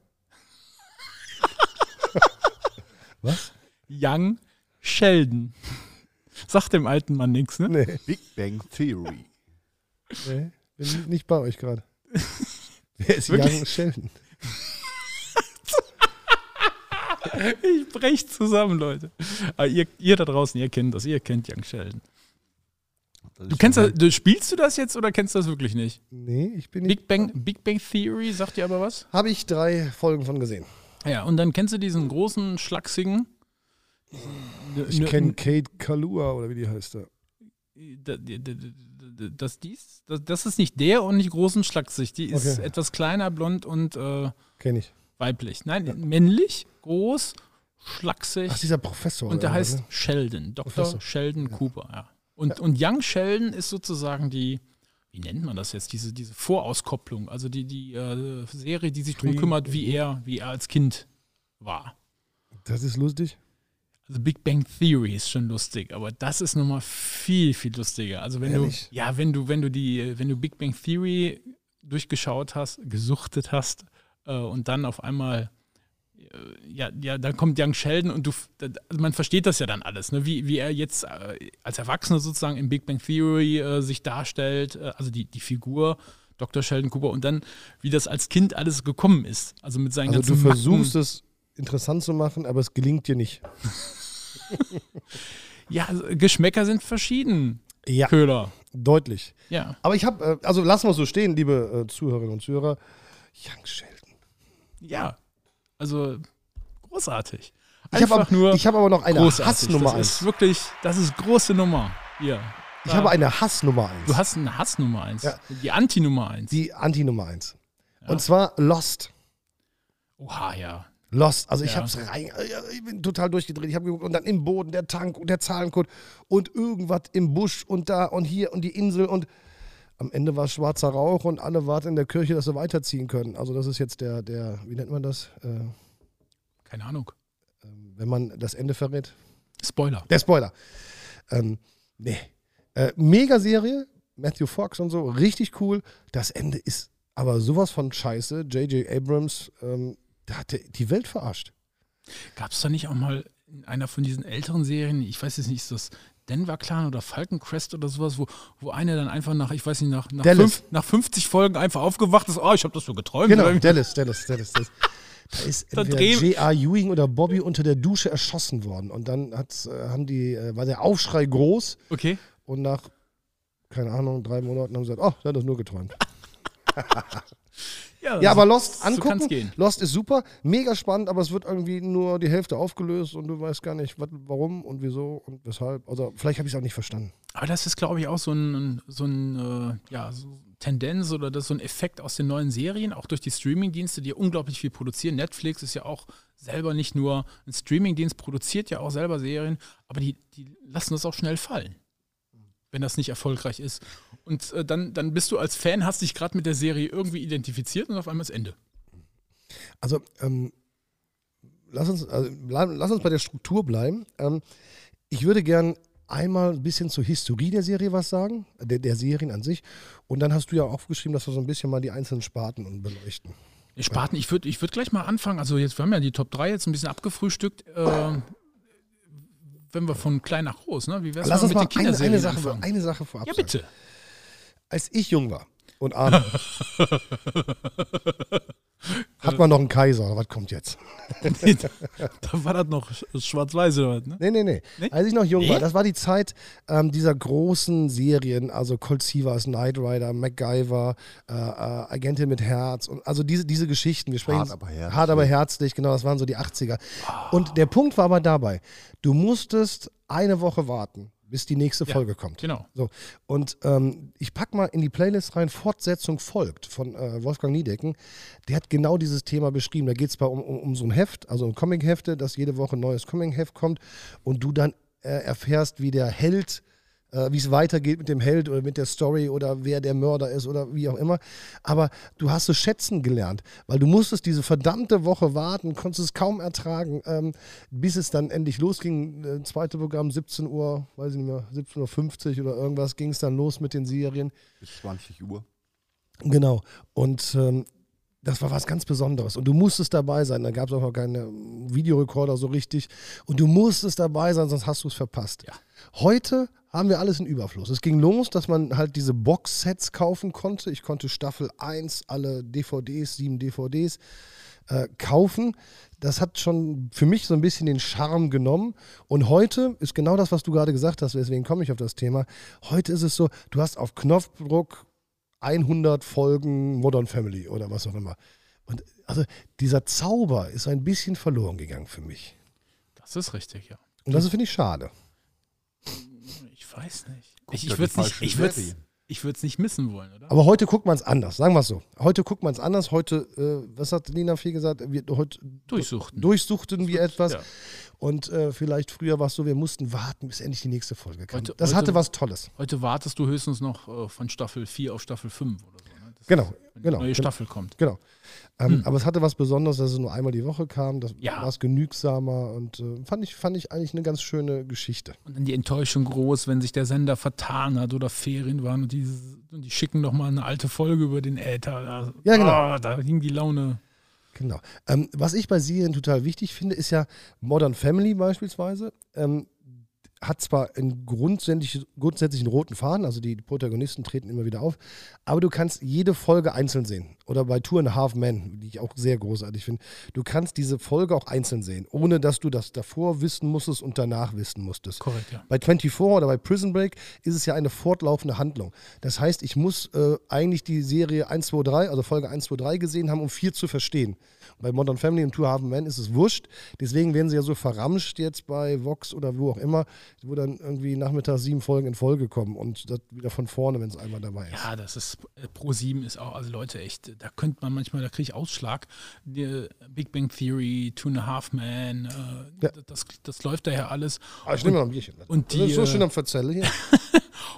A: Was?
B: Young Sheldon. Sagt dem alten Mann nichts, ne?
A: Nee,
D: Big Bang Theory.
A: nee. Bin nicht bei euch
B: *laughs*
A: gerade. Wer ist
B: Wirklich?
A: Young Sheldon?
B: Ich brech zusammen, Leute. Aber ihr, ihr da draußen, ihr kennt das, ihr kennt Young Sheldon. Du kennst das, du, spielst du das jetzt oder kennst du das wirklich nicht?
A: Nee, ich bin nicht.
B: Big Bang, Big Bang Theory sagt dir aber was?
A: Habe ich drei Folgen von gesehen.
B: Ja, und dann kennst du diesen großen, schlachsigen.
A: Ich kenne Kate Kalua oder wie die heißt da.
B: Das, das, dies- das, das ist nicht der und nicht großen schlachsig. Die ist
A: Okay.
B: etwas kleiner, blond und äh,
A: Kenne ich.
B: weiblich. Nein, männlich, groß, schlachsig.
A: Ach, dieser Professor.
B: Und der
A: oder
B: heißt
A: was, ne?
B: Sheldon, Dr.
A: Professor.
B: Sheldon Cooper. Ja. Und, und Young Sheldon ist sozusagen die, wie nennt man das jetzt, diese, diese Vorauskopplung, also die, die äh, Serie, die sich darum
A: Free-
B: kümmert, wie er, wie er als Kind war.
A: Das ist lustig.
B: The Also Big Bang Theory ist schon lustig, aber das ist nochmal viel, viel lustiger. Also wenn
A: Ehrlich?
B: du, ja, wenn du, wenn du die, äh, wenn du Big Bang Theory durchgeschaut hast, gesuchtet hast äh, und dann auf einmal äh, ja, ja, dann kommt Young Sheldon und du, f- da- also man versteht das ja dann alles, ne? wie, wie er jetzt äh, als Erwachsener sozusagen in Big Bang Theory äh, sich darstellt, äh, also die, die Figur Dr. Sheldon Cooper und dann, wie das als Kind alles gekommen ist. Also mit seinen
A: Also du
B: ganzen
A: versuchst es interessant zu machen, aber es gelingt dir nicht.
B: Macken. Ja, also Geschmäcker sind verschieden,
A: Ja,
B: Köhler.
A: deutlich.
B: Ja.
A: Aber ich habe, äh, also lassen wir es so stehen, liebe äh, Zuhörerinnen und Zuhörer. Young Sheldon.
B: Ja. Also großartig.
A: Ich habe
B: Einfach nur
A: aber, ich hab aber noch eine
B: großartig.
A: Hassnummer
B: das ist
A: 1.
B: wirklich, das ist große Nummer. Ja.
A: Ich habe eine Hassnummer 1.
B: Du hast eine Hassnummer 1.
A: Ja.
B: Die Anti-Nummer 1.
A: die Anti-Nummer 1. Und zwar Lost.
B: Oha, ja.
A: Lost. Also ich
B: Ja.
A: hab's rein, äh, ich bin total durchgedreht. Ich habe geguckt und dann im Boden der Tank und der Zahlencode und irgendwas im Busch und da und hier und die Insel und am Ende war schwarzer Rauch und alle warten in der Kirche, dass sie weiterziehen können. Also das ist jetzt der, der, wie nennt man das, äh,
B: Keine Ahnung.
A: wenn man das Ende verrät?
B: Spoiler.
A: Der Spoiler. Ähm, nee. Äh, Megaserie, Matthew Fox und so, richtig cool. Das Ende ist aber sowas von scheiße. J.J. Abrams, ähm, der hat die Welt verarscht.
B: Gab es da nicht auch mal in einer von diesen älteren Serien, ich weiß jetzt nicht, ist das Denver Clan oder Falcon Crest oder sowas, wo, wo einer dann einfach nach, ich weiß nicht, nach, nach,
A: Dallas.
B: fünf, nach 50 Folgen einfach aufgewacht ist, oh, ich habe das so geträumt.
A: Genau,
B: Oder-
A: Dallas, Dallas, Dallas, Dallas. Da ist
B: Da
A: entweder
B: drehen-
A: J.R. Ewing oder Bobby unter der Dusche erschossen worden. Und dann hat's, äh, haben die, äh, war der Aufschrei groß
B: Okay.
A: und nach, keine Ahnung, drei Monaten haben sie gesagt, oh, der hat das nur geträumt.
B: Also
A: Ja, aber Lost angucken.
B: kann's gehen.
A: Lost ist super, mega spannend, aber es wird irgendwie nur die Hälfte aufgelöst und du weißt gar nicht, wat, warum und wieso und weshalb. Also vielleicht habe ich es auch nicht verstanden.
B: Aber das ist, glaube ich, auch so ein, so ein äh, ja, so Tendenz oder das ist so ein Effekt aus den neuen Serien, auch durch die Streamingdienste, die ja unglaublich viel produzieren. Netflix ist ja auch selber nicht nur ein Streamingdienst, produziert ja auch selber Serien, aber die, die lassen das auch schnell fallen, wenn das nicht erfolgreich ist. Und äh, dann, dann bist du als Fan, hast dich gerade mit der Serie irgendwie identifiziert und auf einmal ist Ende.
A: Also ähm, lass, uns, also, la- lass uns bei der Struktur bleiben. Ähm, ich würde gern einmal ein bisschen zur Historie der Serie was sagen, der, der Serien an sich. Und dann hast du ja aufgeschrieben, dass wir so ein bisschen mal die einzelnen Sparten und beleuchten.
B: Ja, Spaten, ich würde ich würd gleich mal anfangen. Also jetzt, wir haben ja die Top 3 jetzt ein bisschen abgefrühstückt. Äh, wenn wir von klein nach groß, ne? Wie wär's
A: Lass uns
B: mit
A: mal
B: den
A: eine,
B: Kinderserien
A: eine, Sache,
B: anfangen?
A: eine Sache vorab.
B: Ja,
A: sagen.
B: bitte.
A: als ich jung war und
B: *laughs*
A: arm, hat man noch einen Kaiser. oder Was kommt jetzt?
B: *laughs* da war das noch sch- schwarz-weiß oder was, ne?
A: Nee, nee, nee. Als ich noch jung
B: Nee?
A: war, das war die Zeit ähm, dieser großen Serien, also Colt Sievers, Knight Rider, MacGyver, äh, äh, Agentin mit Herz und also diese, diese Geschichten. Wir sprechen
D: Hart aber herzlich.
A: Hart aber herzlich, genau, das waren so die 80er. Und der Punkt war aber dabei, du musstest eine Woche warten, bis die nächste Folge kommt.
B: Genau.
A: So, und ähm, ich pack mal in die Playlist rein, Fortsetzung folgt von äh, Wolfgang Niedecken. Der hat genau dieses Thema beschrieben. Da geht es um, um, um so ein Heft, also um Comic-Hefte, dass jede Woche ein neues Comic-Heft kommt und du dann äh, erfährst, wie der Held, äh, wie es weitergeht mit dem Held oder mit der Story oder wer der Mörder ist oder wie auch immer. Aber du hast es schätzen gelernt, weil du musstest diese verdammte Woche warten, konntest es kaum ertragen, ähm, bis es dann endlich losging. Äh, zweite Programm, 17 Uhr, weiß ich nicht mehr, 17.50 Uhr oder irgendwas, ging es dann los mit den Serien.
D: Bis 20 Uhr.
A: Genau. Und ähm, das war was ganz Besonderes. Und du musstest dabei sein. Da gab es auch noch keine ähm, Videorekorder so richtig. Und du musstest dabei sein, sonst hast du es verpasst.
B: Ja.
A: Heute haben wir alles in Überfluss. Es ging los, dass man halt diese Box-Sets kaufen konnte. Ich konnte Staffel 1, alle DVDs, sieben DVDs äh, kaufen. Das hat schon für mich so ein bisschen den Charme genommen. Und heute ist genau das, was du gerade gesagt hast, deswegen komme ich auf das Thema. Heute ist es so, du hast auf Knopfdruck 100 Folgen Modern Family oder was auch immer. Und also dieser Zauber ist ein bisschen verloren gegangen für mich.
B: Das ist richtig, ja.
A: Und das finde ich schade.
B: Ich weiß nicht.
D: Guckt
B: Ich,
D: ja
B: ich
D: die
B: würde es nicht,
D: falschen
B: ich würd's,
D: Serien.
B: ich würd's nicht missen wollen, oder?
A: Aber heute guckt man es anders, sagen wir es so. Heute guckt man es anders. Heute, äh, was hat Lina viel gesagt? Wir, heute
B: Durchsuchten.
A: durchsuchten wir etwas.
B: ja.
A: Und äh, vielleicht früher war es so, wir mussten warten, bis endlich die nächste Folge kam.
B: Heute-
A: das
B: heute-
A: hatte was Tolles.
B: Heute wartest du höchstens noch äh, von Staffel 4 auf Staffel 5 oder so. Ne? Das
A: Genau,
B: ist, wenn
A: genau,
B: Die neue
A: genau.
B: Staffel kommt.
A: Genau. Ähm, Aber es hatte was Besonderes, dass es nur einmal die Woche kam. Das
B: Ja.
A: war es genügsamer und äh, fand, ich, fand ich eigentlich eine ganz schöne Geschichte.
B: Und dann die Enttäuschung groß, wenn sich der Sender vertan hat oder Ferien waren und die, und die schicken nochmal eine alte Folge über den Äther.
A: Ja, genau.
B: Ah, da hing die Laune.
A: Genau. Ähm, was ich bei Serien total wichtig finde, ist ja Modern Family beispielsweise. Ähm, hat zwar einen grundsätzlich, grundsätzlichen roten Faden, also die Protagonisten treten immer wieder auf, aber du kannst jede Folge einzeln sehen. Oder bei Two and a Half Men, die ich auch sehr großartig finde. Du kannst diese Folge auch einzeln sehen, ohne dass du das davor wissen musstest und danach wissen musstest.
B: Korrekt, ja.
A: Bei 24 oder bei Prison Break ist es ja eine fortlaufende Handlung. Das heißt, ich muss äh, eigentlich die Serie 1, 2, 3, also Folge 1, 2, 3 gesehen haben, um viel zu verstehen. Bei Modern Family und Two Half Men ist es wurscht. Deswegen werden sie ja so verramscht jetzt bei Vox oder wo auch immer, wo dann irgendwie nachmittags sieben Folgen in Folge kommen und das wieder von vorne, wenn es einmal dabei ist.
B: Ja, das ist äh, Pro 7 ist auch, also Leute, echt, äh, da könnte man manchmal, da kriege ich Ausschlag. Die, äh, Big Bang Theory, Two and a Half Man, äh,
A: Ja.
B: das, das läuft daher alles.
A: Aber Ah, ich nehme noch ein Bierchen.
B: und die,
A: das ist so
B: äh,
A: schön am Verzelle hier.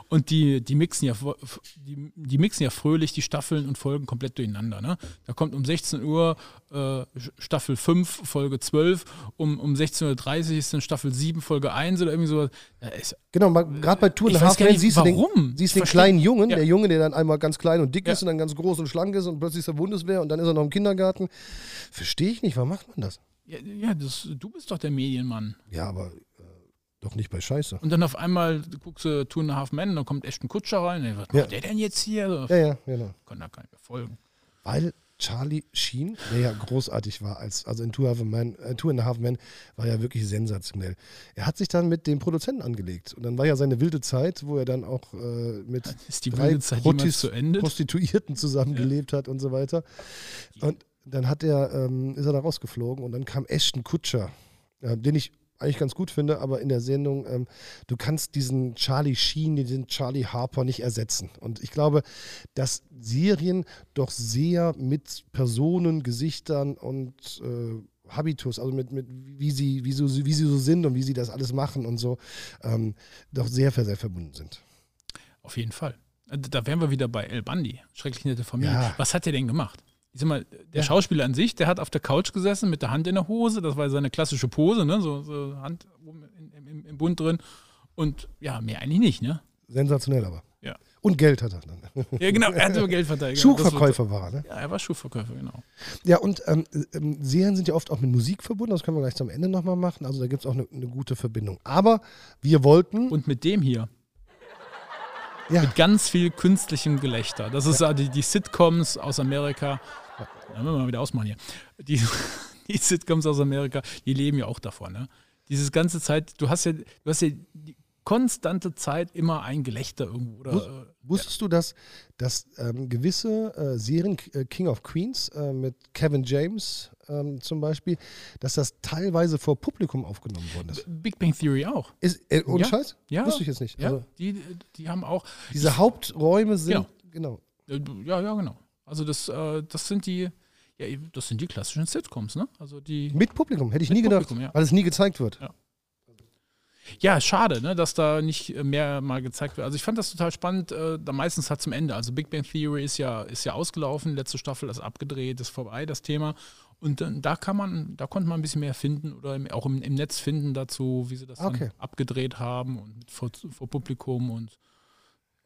B: Und die, die mixen ja vo- f- die, die mixen ja fröhlich die Staffeln und Folgen komplett durcheinander. Ne? Da kommt um 16 Uhr äh, Staffel 5, Folge 12, um, um 16.30 Uhr ist dann Staffel 7, Folge 1 oder irgendwie sowas. Ja, ist,
A: Genau, mal- gerade bei Tour
B: Ich
A: and
B: weiß
A: Half
B: gar
A: Men
B: nicht,
A: siehst du
B: warum.
A: den,
B: Ich
A: siehst den
B: versteh-
A: kleinen Jungen,
B: Ja.
A: der Junge, der dann einmal ganz klein und dick
B: Ja.
A: ist und dann ganz groß und schlank ist und plötzlich ist er Bundeswehr und dann ist er noch im Kindergarten. Verstehe ich nicht, warum macht man das?
B: ja, ja das, du bist doch der Medienmann.
A: Ja, aber äh, doch nicht bei Scheiße.
B: Und dann auf einmal guckst du Two and a Half Men, dann kommt Ashton Kutscher rein. Ey, was
A: Ja.
B: macht der denn jetzt hier? So,
A: Ja, ja, genau.
B: Kann da gar nicht mehr folgen.
A: Weil Charlie Sheen, der ja großartig war, als, also in Two, Half Man, äh, Two and a Half Men, war ja wirklich sensationell. Er hat sich dann mit dem Produzenten angelegt. Und dann war ja seine wilde Zeit, wo er dann auch äh, mit
B: Ist die
A: drei
B: wilde Zeit jemals
A: Protis-
B: halt zu Ende?
A: Prostituierten zusammengelebt hat und so weiter. Und dann hat er, ähm, ist er da rausgeflogen und dann kam Ashton Kutscher, äh, den ich eigentlich ganz gut finde, aber in der Sendung, ähm, du kannst diesen Charlie Sheen, diesen Charlie Harper nicht ersetzen. Und ich glaube, dass Serien doch sehr mit Personen, Gesichtern und äh, Habitus, also mit, mit wie, sie, wie, so, wie sie so sind und wie sie das alles machen und so, ähm, doch sehr, sehr, sehr verbunden sind.
B: Auf jeden Fall. Äh, Da wären wir wieder bei El Bandi. Schrecklich nette Familie.
A: Ja.
B: Was hat der denn gemacht? Ich sag mal, der
A: Ja.
B: Schauspieler an sich, der hat auf der Couch gesessen mit der Hand in der Hose. Das war seine klassische Pose, ne? So, so Hand oben in, im, im Bund drin. Und ja, mehr eigentlich nicht, ne?
A: Sensationell aber.
B: Ja.
A: Und Geld hat er dann. *laughs*
B: Ja, genau. Er hat immer Geld verteilt. Genau. Das war-
A: Schuhverkäufer war er, ne?
B: Ja, er war Schuhverkäufer, genau.
A: Ja, und ähm, ähm, Serien sind ja oft auch mit Musik verbunden. Das können wir gleich zum Ende nochmal machen. Also da gibt es auch eine eine gute Verbindung. Aber wir wollten.
B: Und mit dem hier.
A: Ja.
B: Mit ganz viel künstlichem Gelächter. Das ist äh, die, die Sitcoms aus Amerika. Ja, müssen wir mal wieder ausmachen hier. Die, *laughs* die Sitcoms aus Amerika, die leben ja auch davon. Ne? Dieses ganze Zeit, du hast ja, du hast ja die konstante Zeit immer ein Gelächter irgendwo. Oder, äh,
A: Wusstest du, dass, dass ähm, gewisse äh, Serien, äh, King of Queens äh, mit Kevin James ähm, zum Beispiel, dass das teilweise vor Publikum aufgenommen worden ist?
B: Big Bang Theory auch.
A: ist äh, ohne
B: Ja.
A: Scheiß?
B: Ja.
A: Wusste ich jetzt nicht.
B: Ja,
A: Also,
B: die, die haben auch.
A: diese Haupträume sind.
B: Genau.
A: genau.
B: Äh, Ja, ja, genau. Also das, äh, das sind die, ja, das sind die klassischen Sitcoms, ne? Also die.
A: Mit Publikum, hätte ich
B: Mit
A: nie gedacht,
B: Publikum, ja.
A: weil es nie gezeigt wird.
B: Ja, schade, ne, dass da nicht äh, mehr mal gezeigt wird. Also ich fand das total spannend, äh, da meistens halt zum Ende. Also Big Bang Theory ist ja, ist ja ausgelaufen, letzte Staffel ist abgedreht, ist vorbei, das Thema. Und dann, da kann man, da konnte man ein bisschen mehr finden oder im, auch im, im Netz finden dazu, wie sie das
A: Okay.
B: dann abgedreht haben und mit vor, vor Publikum und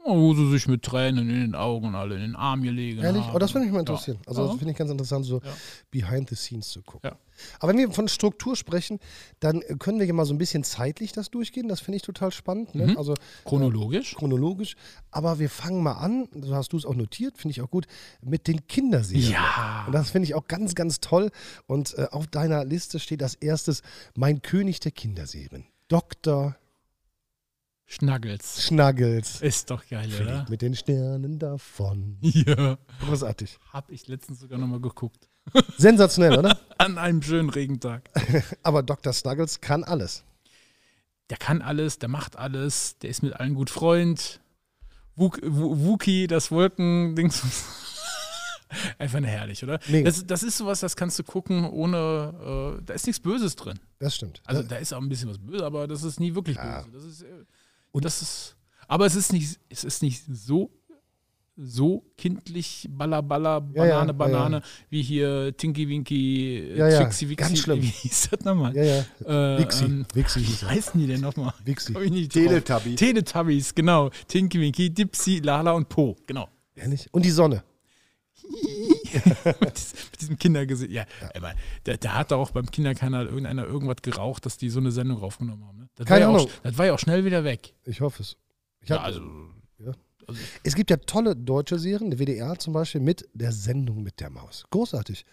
B: oh, wo sie sich mit Tränen in den Augen und alle in den Arm gelegen
A: Ehrlich?
B: haben.
A: Oh, das würde mich mal
B: Ja.
A: interessieren. Also
B: Ja.
A: das finde ich ganz interessant, so
B: Ja.
A: behind the scenes zu gucken.
B: Ja.
A: Aber wenn wir von Struktur sprechen, dann äh, können wir ja mal so ein bisschen zeitlich das durchgehen. Das finde ich total spannend. Ne?
B: Mhm.
A: Also
B: Chronologisch?
A: chronologisch. Aber wir fangen mal an, so hast du es auch notiert, finde ich auch gut, mit den Kinderserien.
B: Ja.
A: Und das finde ich auch ganz, ganz toll. Und äh, auf deiner Liste steht als erstes Mein König der Kinderserien. Dr.
B: Schnaggels.
A: Schnuggles.
B: Ist doch geil, oder?
A: Fliegt mit den Sternen davon.
B: *laughs* Ja.
A: Großartig.
B: Hab ich letztens sogar nochmal geguckt.
A: Sensationell, oder?
B: An einem schönen Regentag.
A: Aber Dr. Snuggles kann alles.
B: der kann alles, der macht alles, der ist mit allen gut Freund. Wuk- Wu- Wookie, das Wolken-Dings. *laughs* Einfach nur herrlich, oder?
A: Mega.
B: Das, das ist sowas, das kannst du gucken, ohne. Äh, da ist nichts Böses drin.
A: Das stimmt.
B: Also, da ist auch ein bisschen was Böses, aber das ist nie wirklich böse. Das ist, äh,
A: Und-
B: das ist, aber es ist nicht, es ist nicht so so kindlich Ballaballa,
A: Ja,
B: Banane,
A: ja, ja,
B: Banane, wie hier Tinky Winky, äh,
A: Ja, ja,
B: Trixie Wixie.
A: ganz schlimm.
B: *laughs* Wie hieß das nochmal?
A: Ja, ja.
B: Äh,
A: Wixi,
B: ähm,
A: Wixi hieß
B: Wie
A: er.
B: heißen die denn nochmal?
A: Wixi.
B: Komm ich nicht drauf.
D: Teletubby.
B: Teletubbies, genau. Tinky Winky, Dipsy, Lala und Po. Genau.
A: Ehrlich? Und die Sonne.
B: mit, diesem, mit diesem Kindergesicht. Ja, aber da, da hat doch auch beim Kinderkanal irgendeiner irgendwas geraucht, dass die so eine Sendung raufgenommen haben. Ne? Das,
A: Keine
B: war ja auch,
A: Ahnung.
B: das war ja auch schnell wieder weg.
A: Ich hoffe es. Ich
B: Ja,
A: hab-
B: also,
A: Es gibt ja tolle deutsche Serien, der WDR zum Beispiel mit der Sendung mit der Maus. Großartig.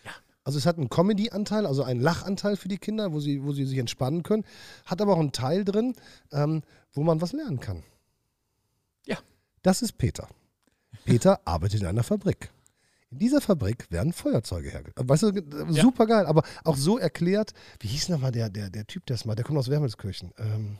A: Also es hat einen Comedy-Anteil, also einen Lachanteil für die Kinder, wo sie, wo sie sich entspannen können, hat aber auch einen Teil drin, ähm, wo man was lernen kann.
B: Ja.
A: Das ist Peter.
B: *laughs*
A: Peter arbeitet in einer Fabrik. In dieser Fabrik werden Feuerzeuge hergestellt. Äh, Weißt du,
B: Ja.
A: super geil, aber auch so erklärt, wie hieß nochmal der, der, der Typ, der es mal, der kommt aus Wermelskirchen. Ähm,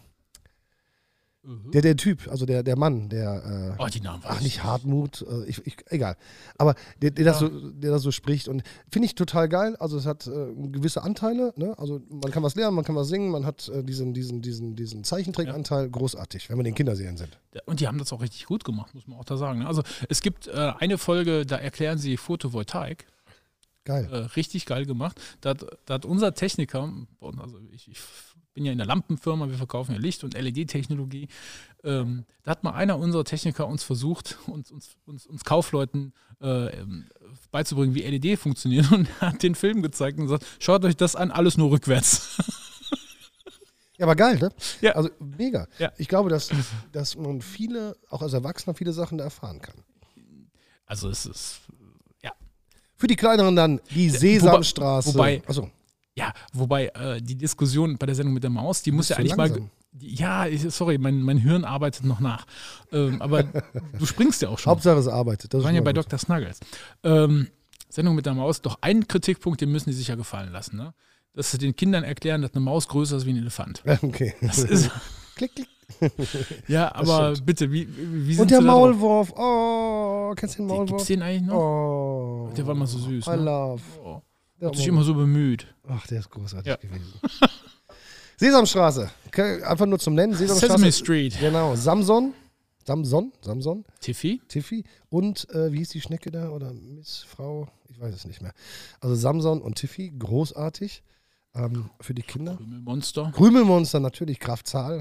A: der, der Typ, also der, der Mann, der äh,
B: Mhm. oh, die Namen weiß
A: Ach,
B: ich
A: nicht Hartmut, äh, ich, ich, egal. Aber der, der, das so, der das so spricht und finde ich total geil. Also es hat äh, gewisse Anteile, ne? Also man kann was lernen, man kann was singen, man hat äh, diesen, diesen, diesen, diesen Zeichentrickanteil, großartig, wenn man den Kinderserien sind.
B: Und die haben das auch richtig gut gemacht, muss man auch da sagen. ne? Also es gibt äh, eine Folge, da erklären sie Photovoltaik.
A: Geil.
B: Äh, richtig geil gemacht. Da, hat- da hat unser Techniker, also ich, ich bin ja in der Lampenfirma, wir verkaufen ja Licht- und LED-Technologie. Ähm, da hat mal einer unserer Techniker uns versucht, uns, uns, uns, uns Kaufleuten äh, ähm, beizubringen, wie LED funktionieren *laughs* und hat den Film gezeigt und gesagt, schaut euch das an, alles nur rückwärts. *laughs*
A: Ja, aber geil, ne?
B: Ja.
A: Also mega.
B: Ja.
A: Ich glaube, dass, dass man viele, auch als Erwachsener, viele Sachen da erfahren kann.
B: Also es ist, ja,
A: Für die kleineren dann die Sesamstraße.
B: wobei-
A: Achso,
B: Ja, wobei äh, die Diskussion bei der Sendung mit der Maus, die muss ja
A: so
B: eigentlich mal.
A: langsam.
B: Die, ja, ich, sorry, mein, mein Hirn arbeitet noch nach. Ähm, aber du springst ja auch schon.
A: Hauptsache es arbeitet. Das
B: Wir
A: ist
B: waren ja
A: schon
B: bei
A: mal gut.
B: Dr. Snuggles. Ähm, Sendung mit der Maus, doch einen Kritikpunkt, den müssen die sich ja gefallen lassen. Ne? Dass sie den Kindern erklären, dass eine Maus größer ist wie ein Elefant.
A: *laughs* Okay.
B: Das ist,
A: klick, klick.
B: ja, aber
A: stimmt.
B: bitte, wie, wie sind
A: Und der
B: sie da drauf?
A: Maulwurf. Oh, kennst du den
B: Gibt's
A: Maulwurf?
B: den eigentlich noch?
A: Oh.
B: Ne? Der war mal so süß.
A: I
B: Ne?
A: love.
B: Oh.
A: Der
B: Hat sich
A: Maulwurf.
B: immer so bemüht.
A: Ach, der ist großartig
B: Ja.
A: gewesen. *laughs* Sesamstraße. Okay, Einfach nur zum Nennen.
B: Sesame
A: Sesamstraße.
B: Street.
A: Genau. Samson. Samson. Samson.
B: Tiffy?
A: Tiffy. Und äh, wie hieß die Schnecke da? Oder Miss Frau? Ich weiß es nicht mehr. Also Samson und Tiffy. Großartig. Ähm, für die Kinder.
B: Monster.
A: Krümelmonster natürlich. Kraftzahl.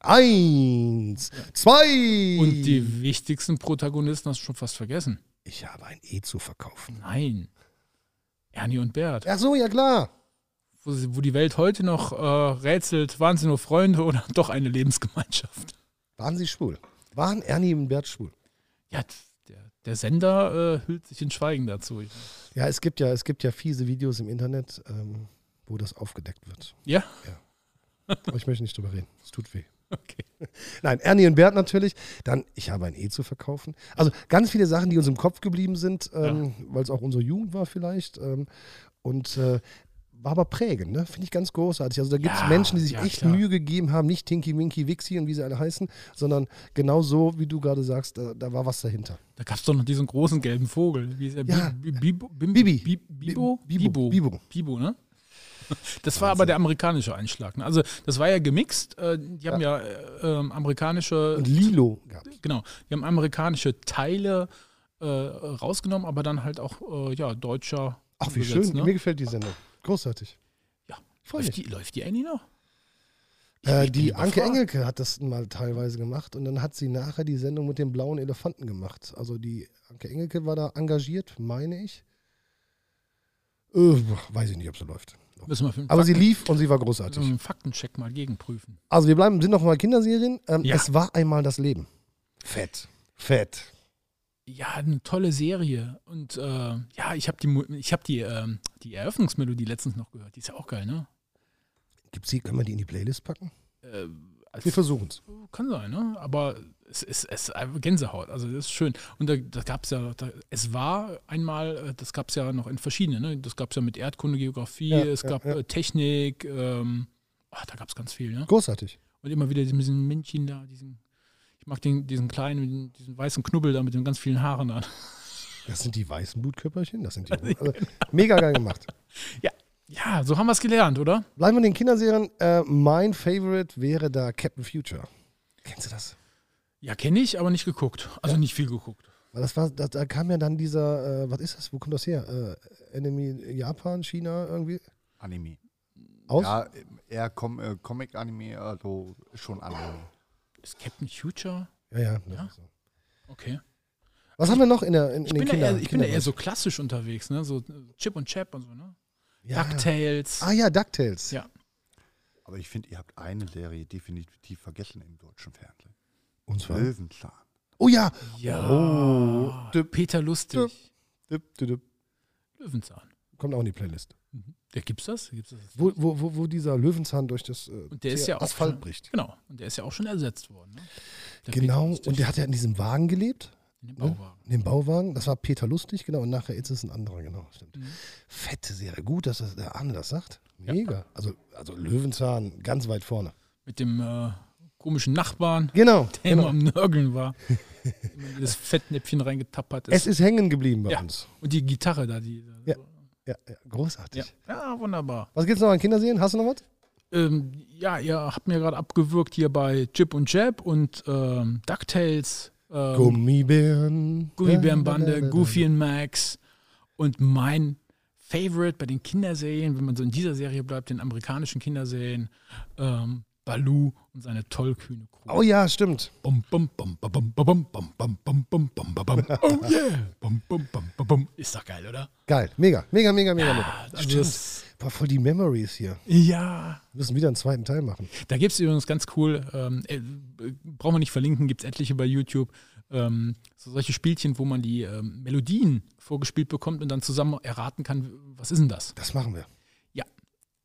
A: Eins. Zwei.
B: Und die wichtigsten Protagonisten hast du schon fast vergessen.
A: Ich habe ein E zu verkaufen.
B: Nein. Ernie und Bert.
A: Ach so, ja klar.
B: Wo, sie- wo die Welt heute noch äh, rätselt, waren sie nur Freunde oder *laughs* doch eine Lebensgemeinschaft?
A: Waren sie schwul? Waren Ernie und Bert schwul?
B: Ja, t- der, der Sender äh, hüllt sich in Schweigen dazu. Ich-
A: Ja, es gibt ja, es gibt ja fiese Videos im Internet, ähm, wo das aufgedeckt wird.
B: Ja? *laughs*
A: Aber ich möchte nicht drüber reden. Es tut weh.
B: Okay.
A: Nein, Ernie und Bert natürlich. Dann, ich habe ein E zu verkaufen. Also ganz viele Sachen, die uns im Kopf geblieben sind, ähm, weil es auch unsere Jugend war vielleicht. Ähm, und äh, war aber prägend, ne? finde ich ganz großartig. Also da gibt es
B: Ja,
A: Menschen, die sich
B: ja,
A: echt
B: klar.
A: Mühe gegeben haben, nicht Tinky Winky Wixi und wie sie alle heißen, sondern genau so, wie du gerade sagst, äh, da, da war was dahinter.
B: Da gab es doch noch diesen großen gelben Vogel. Wie ist der? Bi-
A: Ja.
B: Bi- Bibo- Bim-
A: Bibi.
B: Bi- Bibo?
A: Bi-
B: Bibo.
A: Bibo. Bibo.
B: Bibo, ne? *laughs* Das war aber der amerikanische Einschlag. Ne? Also das war ja gemixt. Äh, die haben ja, äh, ähm, amerikanische
A: Und Lilo gab
B: Genau, die haben amerikanische Teile äh, rausgenommen, aber dann halt auch äh, ja, deutscher.
A: Ach, wie
B: umgesetzt,
A: schön.
B: Ne?
A: Mir gefällt die Sendung. Großartig.
B: Ja.
A: Ich freue mich.
B: Läuft, die, läuft die Annie noch? Ich-
A: Äh,
B: ich bin
A: die Anke
B: überfragt.
A: Engelke hat das mal teilweise gemacht und dann hat sie nachher die Sendung mit dem blauen Elefanten gemacht. Also die Anke Engelke war da engagiert, meine ich. Äh, weiß ich nicht, ob sie läuft.
B: Müssen wir für den
A: Aber sie
B: Fakten-
A: lief und sie war
B: müssen wir
A: großartig.
B: den Faktencheck mal gegenprüfen.
A: Also wir bleiben, sind noch mal Kinderserien. Ähm,
B: Ja.
A: Es war einmal das Leben. Fett. Fett.
B: Ja, eine tolle Serie. Und äh, ja, ich habe die, Mu- ich hab die, ähm, die Eröffnungsmelodie letztens noch gehört. Die ist ja auch geil, ne?
A: Gibt's die, können wir die in die Playlist packen?
B: Also,
A: Wir versuchen es.
B: kann sein, ne? Aber es ist es, ist Gänsehaut. Also das ist schön. Und da, da gab es ja, da, es war einmal, äh, das gab es ja noch in verschiedenen, ne? Das gab es ja mit Erdkunde, Geografie,
A: Ja,
B: es
A: ja,
B: gab
A: ja.
B: Äh, Technik, ähm, ah, da gab es ganz viel, ne?
A: Großartig.
B: Und immer wieder diesen- diesen Männchen da, diesen, ich mag den, diesen kleinen, mit dem- diesen weißen Knubbel da mit den ganz vielen Haaren an.
A: Das sind die weißen Blutkörperchen, das sind die.
B: *laughs*
A: Also, mega geil gemacht.
B: Ja, ja, so haben wir es gelernt, oder?
A: Bleiben wir in den Kinderserien. Äh, mein Favorite wäre da Captain Future. Kennst du das?
B: Ja, kenne ich, aber nicht geguckt. Also nicht viel geguckt.
A: Weil das war, das, da kam ja dann dieser, äh, was ist das? Wo kommt das her? Äh, Enemy Japan, China irgendwie?
D: Anime.
A: Aus?
D: Ja, eher Com äh, Comic-Anime, also schon Anime.
B: Ist Captain Future?
A: Ja, ja. ne,
B: Ja.
A: so.
B: Okay.
A: Was haben wir noch in, der, in, in
B: Ich
A: den
B: bin, da
A: Kindern?
B: eher, ich bin da eher so klassisch unterwegs, ne? So äh, Chip und Chap und so, ne?
A: ja.
B: DuckTales.
A: Ah ja, DuckTales.
B: Ja.
D: Aber ich finde, ihr habt eine Serie definitiv vergessen im deutschen Fernsehen.
A: Und zwar.
D: Löwenzahn.
A: Oh ja.
B: Ja.
A: Oh. Düpp,
B: Peter Lustig.
A: düpp, düpp, düpp.
B: Löwenzahn. Mhm.
A: Kommt auch in die Playlist.
B: Der gibt's das? Gibt's das?
A: Wo, wo, wo, wo dieser Löwenzahn durch das äh,
B: Und der ist ja auch
A: Asphalt
B: schon-
A: bricht.
B: Genau. Und der ist ja auch schon ersetzt worden. Ne? Der Peter
A: Genau.
B: Lustig
A: Und der hat ja in diesem Wagen gelebt.
B: in dem Bauwagen.
A: In dem Bauwagen, das war Peter Lustig, genau, und nachher ist es ein anderer, genau, stimmt.
B: Mhm.
A: Fette Serie, gut, dass das der Arne das sagt. Mega. Also, also Löwenzahn ganz weit vorne.
B: Mit dem äh, komischen Nachbarn,
A: Genau.
B: *laughs* der
A: genau.
B: immer am
A: *laughs*
B: Nörgeln war. immer in das Fettnäpfchen reingetappert
A: Es
B: ist.
A: ist hängen geblieben bei
B: Ja.
A: uns.
B: Und die Gitarre da, die.
A: Ja. Ja, ja, großartig.
B: Ja. ja, wunderbar.
A: Was gibt's noch an Kinderserien? Hast du noch was?
B: Ähm, ja, ihr habt mir gerade abgewürgt hier bei Chip und Jab und ähm, DuckTales, ähm,
A: Gummibären.
B: Gummibärenbande, Goofy und Max und mein Favorite bei den Kinderserien, wenn man so in dieser Serie bleibt, den amerikanischen Kinderserien, ähm, Baloo und seine tollkühne Crew.
A: Oh ja, stimmt.
B: Bum, bum, bum, ba, bum, ba, bum, bum, bum, bum, bum, bum, ba, bum. Oh yeah! Bum, bum, bum, ba, bum. Ist doch geil, oder?
A: Geil. Mega, mega, mega, mega. mega.
B: Also
A: Stimmt.
B: das-
A: Boah, voll die Memories hier.
B: ja.
A: Wir müssen wieder einen zweiten Teil machen.
B: Da gibt es übrigens ganz cool, ähm, äh, äh, brauchen wir nicht verlinken, gibt es etliche bei YouTube, ähm, so solche Spielchen, wo man die ähm, Melodien vorgespielt bekommt und dann zusammen erraten kann, was ist denn das?
A: Das machen wir.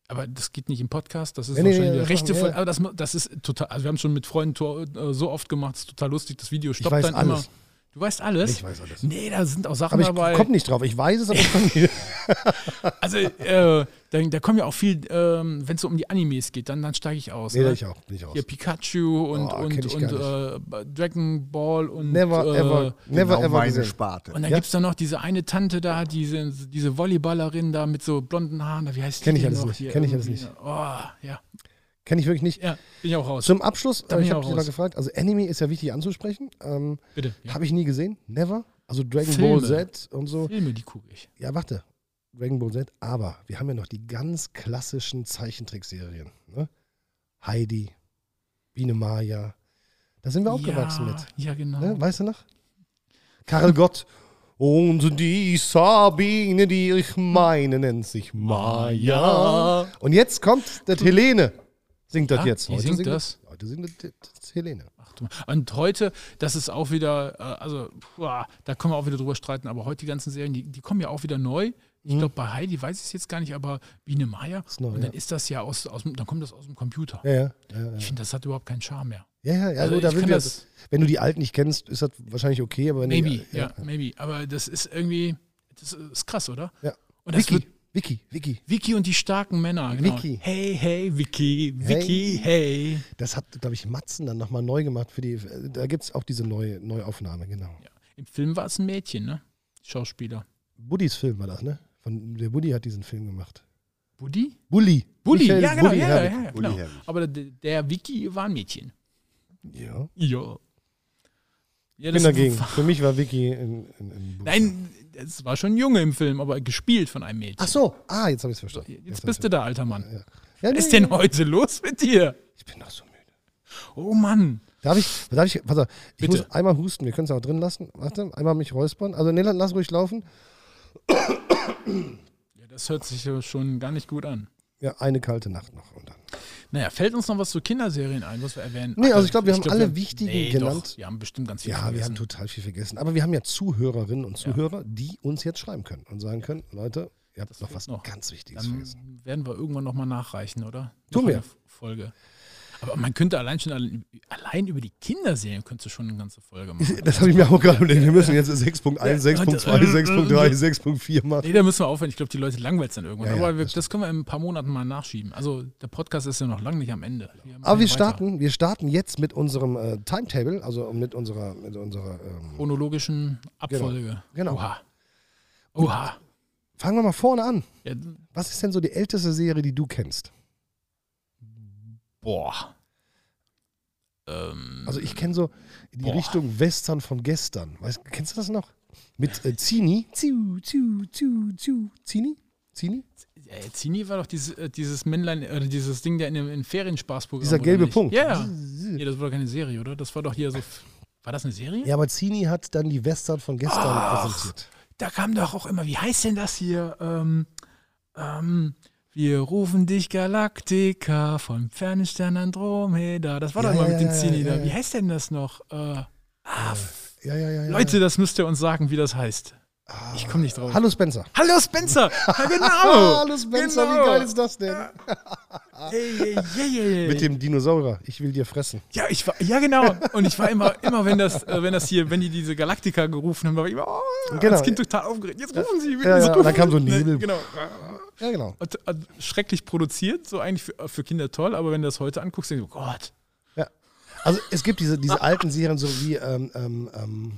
B: Aber das geht nicht im Podcast, das ist
A: Nee, nee,
B: wahrscheinlich
A: nee,
B: der
A: das
B: rechte
A: machen wir,
B: Fall.
A: ja.
B: Aber das, ma- das ist total, also wir haben schon mit Freunden to- äh, so oft gemacht, ist total lustig, das Video stoppt
A: weiß
B: dann
A: alles.
B: immer. Du weißt alles?
A: Ich weiß alles.
B: Nee, da sind auch Sachen
A: Aber ich
B: dabei.
A: komme nicht drauf. Ich weiß es,
B: *laughs*
A: aber ich komm nicht.
B: Also, äh, da, da kommen ja auch viel, ähm, wenn es so um die Animes geht, dann, dann steige ich aus.
A: Nee,
B: ne?
A: ich auch. Bin ich raus.
B: Hier Pikachu und,
A: Oh, kenn
B: und,
A: ich
B: und
A: gar
B: äh, Dragon Ball und.
A: Never
B: äh,
A: ever, never
D: genau
A: ever
D: meine
A: gesehen.
D: Sparte.
B: Und dann
A: Ja.
B: gibt es da noch diese eine Tante da, diese, diese Volleyballerin da mit so blonden Haaren. da, Wie heißt die?
A: Kenn ich
B: denn
A: alles
B: noch
A: nicht,
B: hier
A: kenn ich alles
B: irgendwie?
A: nicht.
B: Oh, ja.
A: Kenne ich wirklich nicht.
B: Ja, bin ich auch raus.
A: Zum Abschluss,
B: Da
A: äh,
B: bin
A: ich
B: ich
A: habe
B: auch
A: dich mal
B: raus.
A: gefragt, also Anime ist ja wichtig anzusprechen. Ähm,
B: Bitte. Ja.
A: Habe ich nie gesehen, never. Also Dragon
B: Filme.
A: Ball Z und so.
B: Filme, die gucke ich.
A: Ja, warte. Dragon Ball Z, aber wir haben ja noch die ganz klassischen Zeichentrickserien. Ne? Heidi, Biene Maya. Da sind wir aufgewachsen
B: ja,
A: mit.
B: Ja, genau.
A: Ne? Weißt du noch? Karel Gott. Und die Sabine, die ich meine, nennt sich Maya. Und jetzt kommt das Helene. Singt das
B: Ja,
A: jetzt.
B: Ah, die singt
A: Heute singt das, das Helene.
B: Ach du- Und heute, das ist auch wieder, äh, also boah, da können wir auch wieder drüber streiten, aber heute die ganzen Serien, die, die kommen ja auch wieder neu. Ich glaube, bei Heidi weiß ich es jetzt gar nicht, aber Biene Meier.
A: Mhm. Ist neu,
B: und dann
A: ja.
B: ist das ja aus, aus dem- dann kommt das aus dem Computer.
A: Ja, ja. ja, ja.
B: Ich finde, das hat überhaupt keinen Charme mehr.
A: ja, ja, ja
B: Also
A: also da
B: ich
A: sind
B: kann
A: wir,
B: das-
A: wenn du die alten nicht kennst, ist das wahrscheinlich okay, aber wenn
B: Maybe,
A: die,
B: ja, maybe. Aber das ist irgendwie, das ist krass, oder?
A: ja.
B: Und das
A: Vicky,
B: wird
A: Vicky, Vicky.
B: Vicky und die starken Männer. Genau.
A: Vicky.
B: Hey, hey, Vicky, Vicky, hey.
A: Das hat, glaube ich, Matzen dann nochmal neu gemacht für die. Da gibt es auch diese neue Neuaufnahme, genau.
B: Ja. Im Film war es ein Mädchen, ne? Schauspieler.
A: Buddys Film war das, ne? Von, der Buddy hat diesen Film gemacht.
B: Buddy?
A: Bulli.
B: Bulli,
A: Michael
B: ja, genau,
A: Bulli
B: ja,
A: Herbig.
B: ja, ja,
D: Bulli
B: genau.
D: Herbig.
B: Aber der, der Vicky war ein Mädchen.
A: ja.
B: Ja. ja
A: Ich bin
B: das
A: dagegen.
B: war-
A: Für mich war Vicky in, in, in
B: Nein, es war schon ein Junge im Film, aber gespielt von einem Mädchen.
A: Ach so, ah, jetzt habe ich es verstanden.
B: Jetzt bist du da, alter Mann.
A: Ja,
B: Was
A: nee,
B: ist denn heute los mit dir?
A: Ich bin doch so müde.
B: Oh Mann.
A: Darf ich, darf ich, pass auf, ich
B: Bitte.
A: muss einmal husten, wir können es auch drin lassen. Warte, einmal mich räuspern. Also, Nelan, lass ruhig laufen.
B: Ja, das hört sich ja schon gar nicht gut an.
A: Ja, eine kalte Nacht noch. Und dann.
B: Naja, fällt uns noch was zu Kinderserien ein, was wir erwähnen?
A: Nee,
B: Ach, äh,
A: also ich glaub, wir haben alle
B: wir-
A: wichtigen
B: doch,
A: genannt.
B: wir haben bestimmt ganz viel
A: Ja, wir haben
B: vergessen.
A: total viel vergessen. Aber wir haben ja Zuhörerinnen und Zuhörer, die uns jetzt schreiben können und sagen können: Leute, ihr habt noch
B: fehlt
A: was
B: noch.
A: ganz Wichtiges vergessen.
B: Dann Hm, werden wir irgendwann nochmal nachreichen, oder?
A: Tun
B: Noch
A: wir.
B: eine Folge. Aber man könnte allein schon alle- allein über die Kinderserien könntest du schon eine
A: *laughs*
B: ganze Folge machen.
A: Das habe ich mir auch gerade überlegt. Wir müssen jetzt 6.1, 6.2,
B: also-
A: 6.3, 6.4 machen.
B: Nee, da müssen wir aufhören. Ich glaube, die Leute langweilt es dann irgendwann.
A: Ja, ja,
B: Aber wir,
A: das
B: das können wir in ein paar Monaten mal nachschieben. Also der Podcast ist ja noch lange nicht am Ende. machen
A: Aber wir
B: weiter.
A: starten, wir starten jetzt mit unserem äh, Timetable, also mit unserer, mit unserer ähm,
B: Chronologischen Abfolge.
A: Genau.
B: Oha. Oha.
A: Fangen wir mal vorne an.
B: Ja,
A: Was ist denn so die älteste Serie, die du kennst?
B: boah. Äh, Ähm,
A: Also ich kenne so die
B: Boah.
A: Richtung Western von gestern. Weißt, kennst du das noch? Mit äh, Zini. Ziu, ziu, ziu, ziu. Zini? Zini?
B: äh, Zini war doch dieses, äh, dieses Männlein, äh, dieses Ding, der in dem Ferienspaßprogramm
A: Dieser gelbe Punkt.
B: Ja, ja. ja, das war doch keine Serie, oder? Das war doch hier so. War das eine Serie?
A: Ja, aber Zini hat dann die Western von gestern präsentiert.
B: da kam doch auch immer, wie heißt denn das hier? Ähm, ähm, wir rufen dich Galaktika vom fernen Stern Andromeda. Das war
A: Ja,
B: doch immer
A: ja,
B: mit
A: ja,
B: dem
A: ja,
B: Zini
A: ja,
B: da.
A: ja.
B: Wie heißt denn das noch? Äh,
A: Ja, ja, ja. ja.
B: Leute, das müsst ihr uns sagen, wie das heißt. Ich komme nicht drauf.
A: Hallo Spencer.
B: Hallo Spencer!
A: *laughs*
B: Ja, genau!
A: Ah. Hallo Spencer, wie geil ist das denn?
B: Ey, ey, ey, ey, ey.
A: Mit dem Dinosaurier. Ich will dir fressen.
B: ja, ich war, ja, genau. Und ich war immer, immer wenn das, äh, wenn das hier, wenn die diese Galaktika gerufen haben, war ich immer, oh,
A: Genau.
B: das Kind total aufgeregt. Jetzt rufen sie.
A: Ja,
B: jetzt
A: ja,
B: rufen
A: da kam
B: sie.
A: so ein
B: Ne,
A: Nebel.
B: Genau.
A: Ja, genau.
B: Und, äh, schrecklich produziert, so eigentlich für, für Kinder toll, aber wenn du das heute anguckst, denkst du, oh Gott.
A: Ja. Also es gibt diese, diese alten Serien, so wie ähm, ähm, ähm,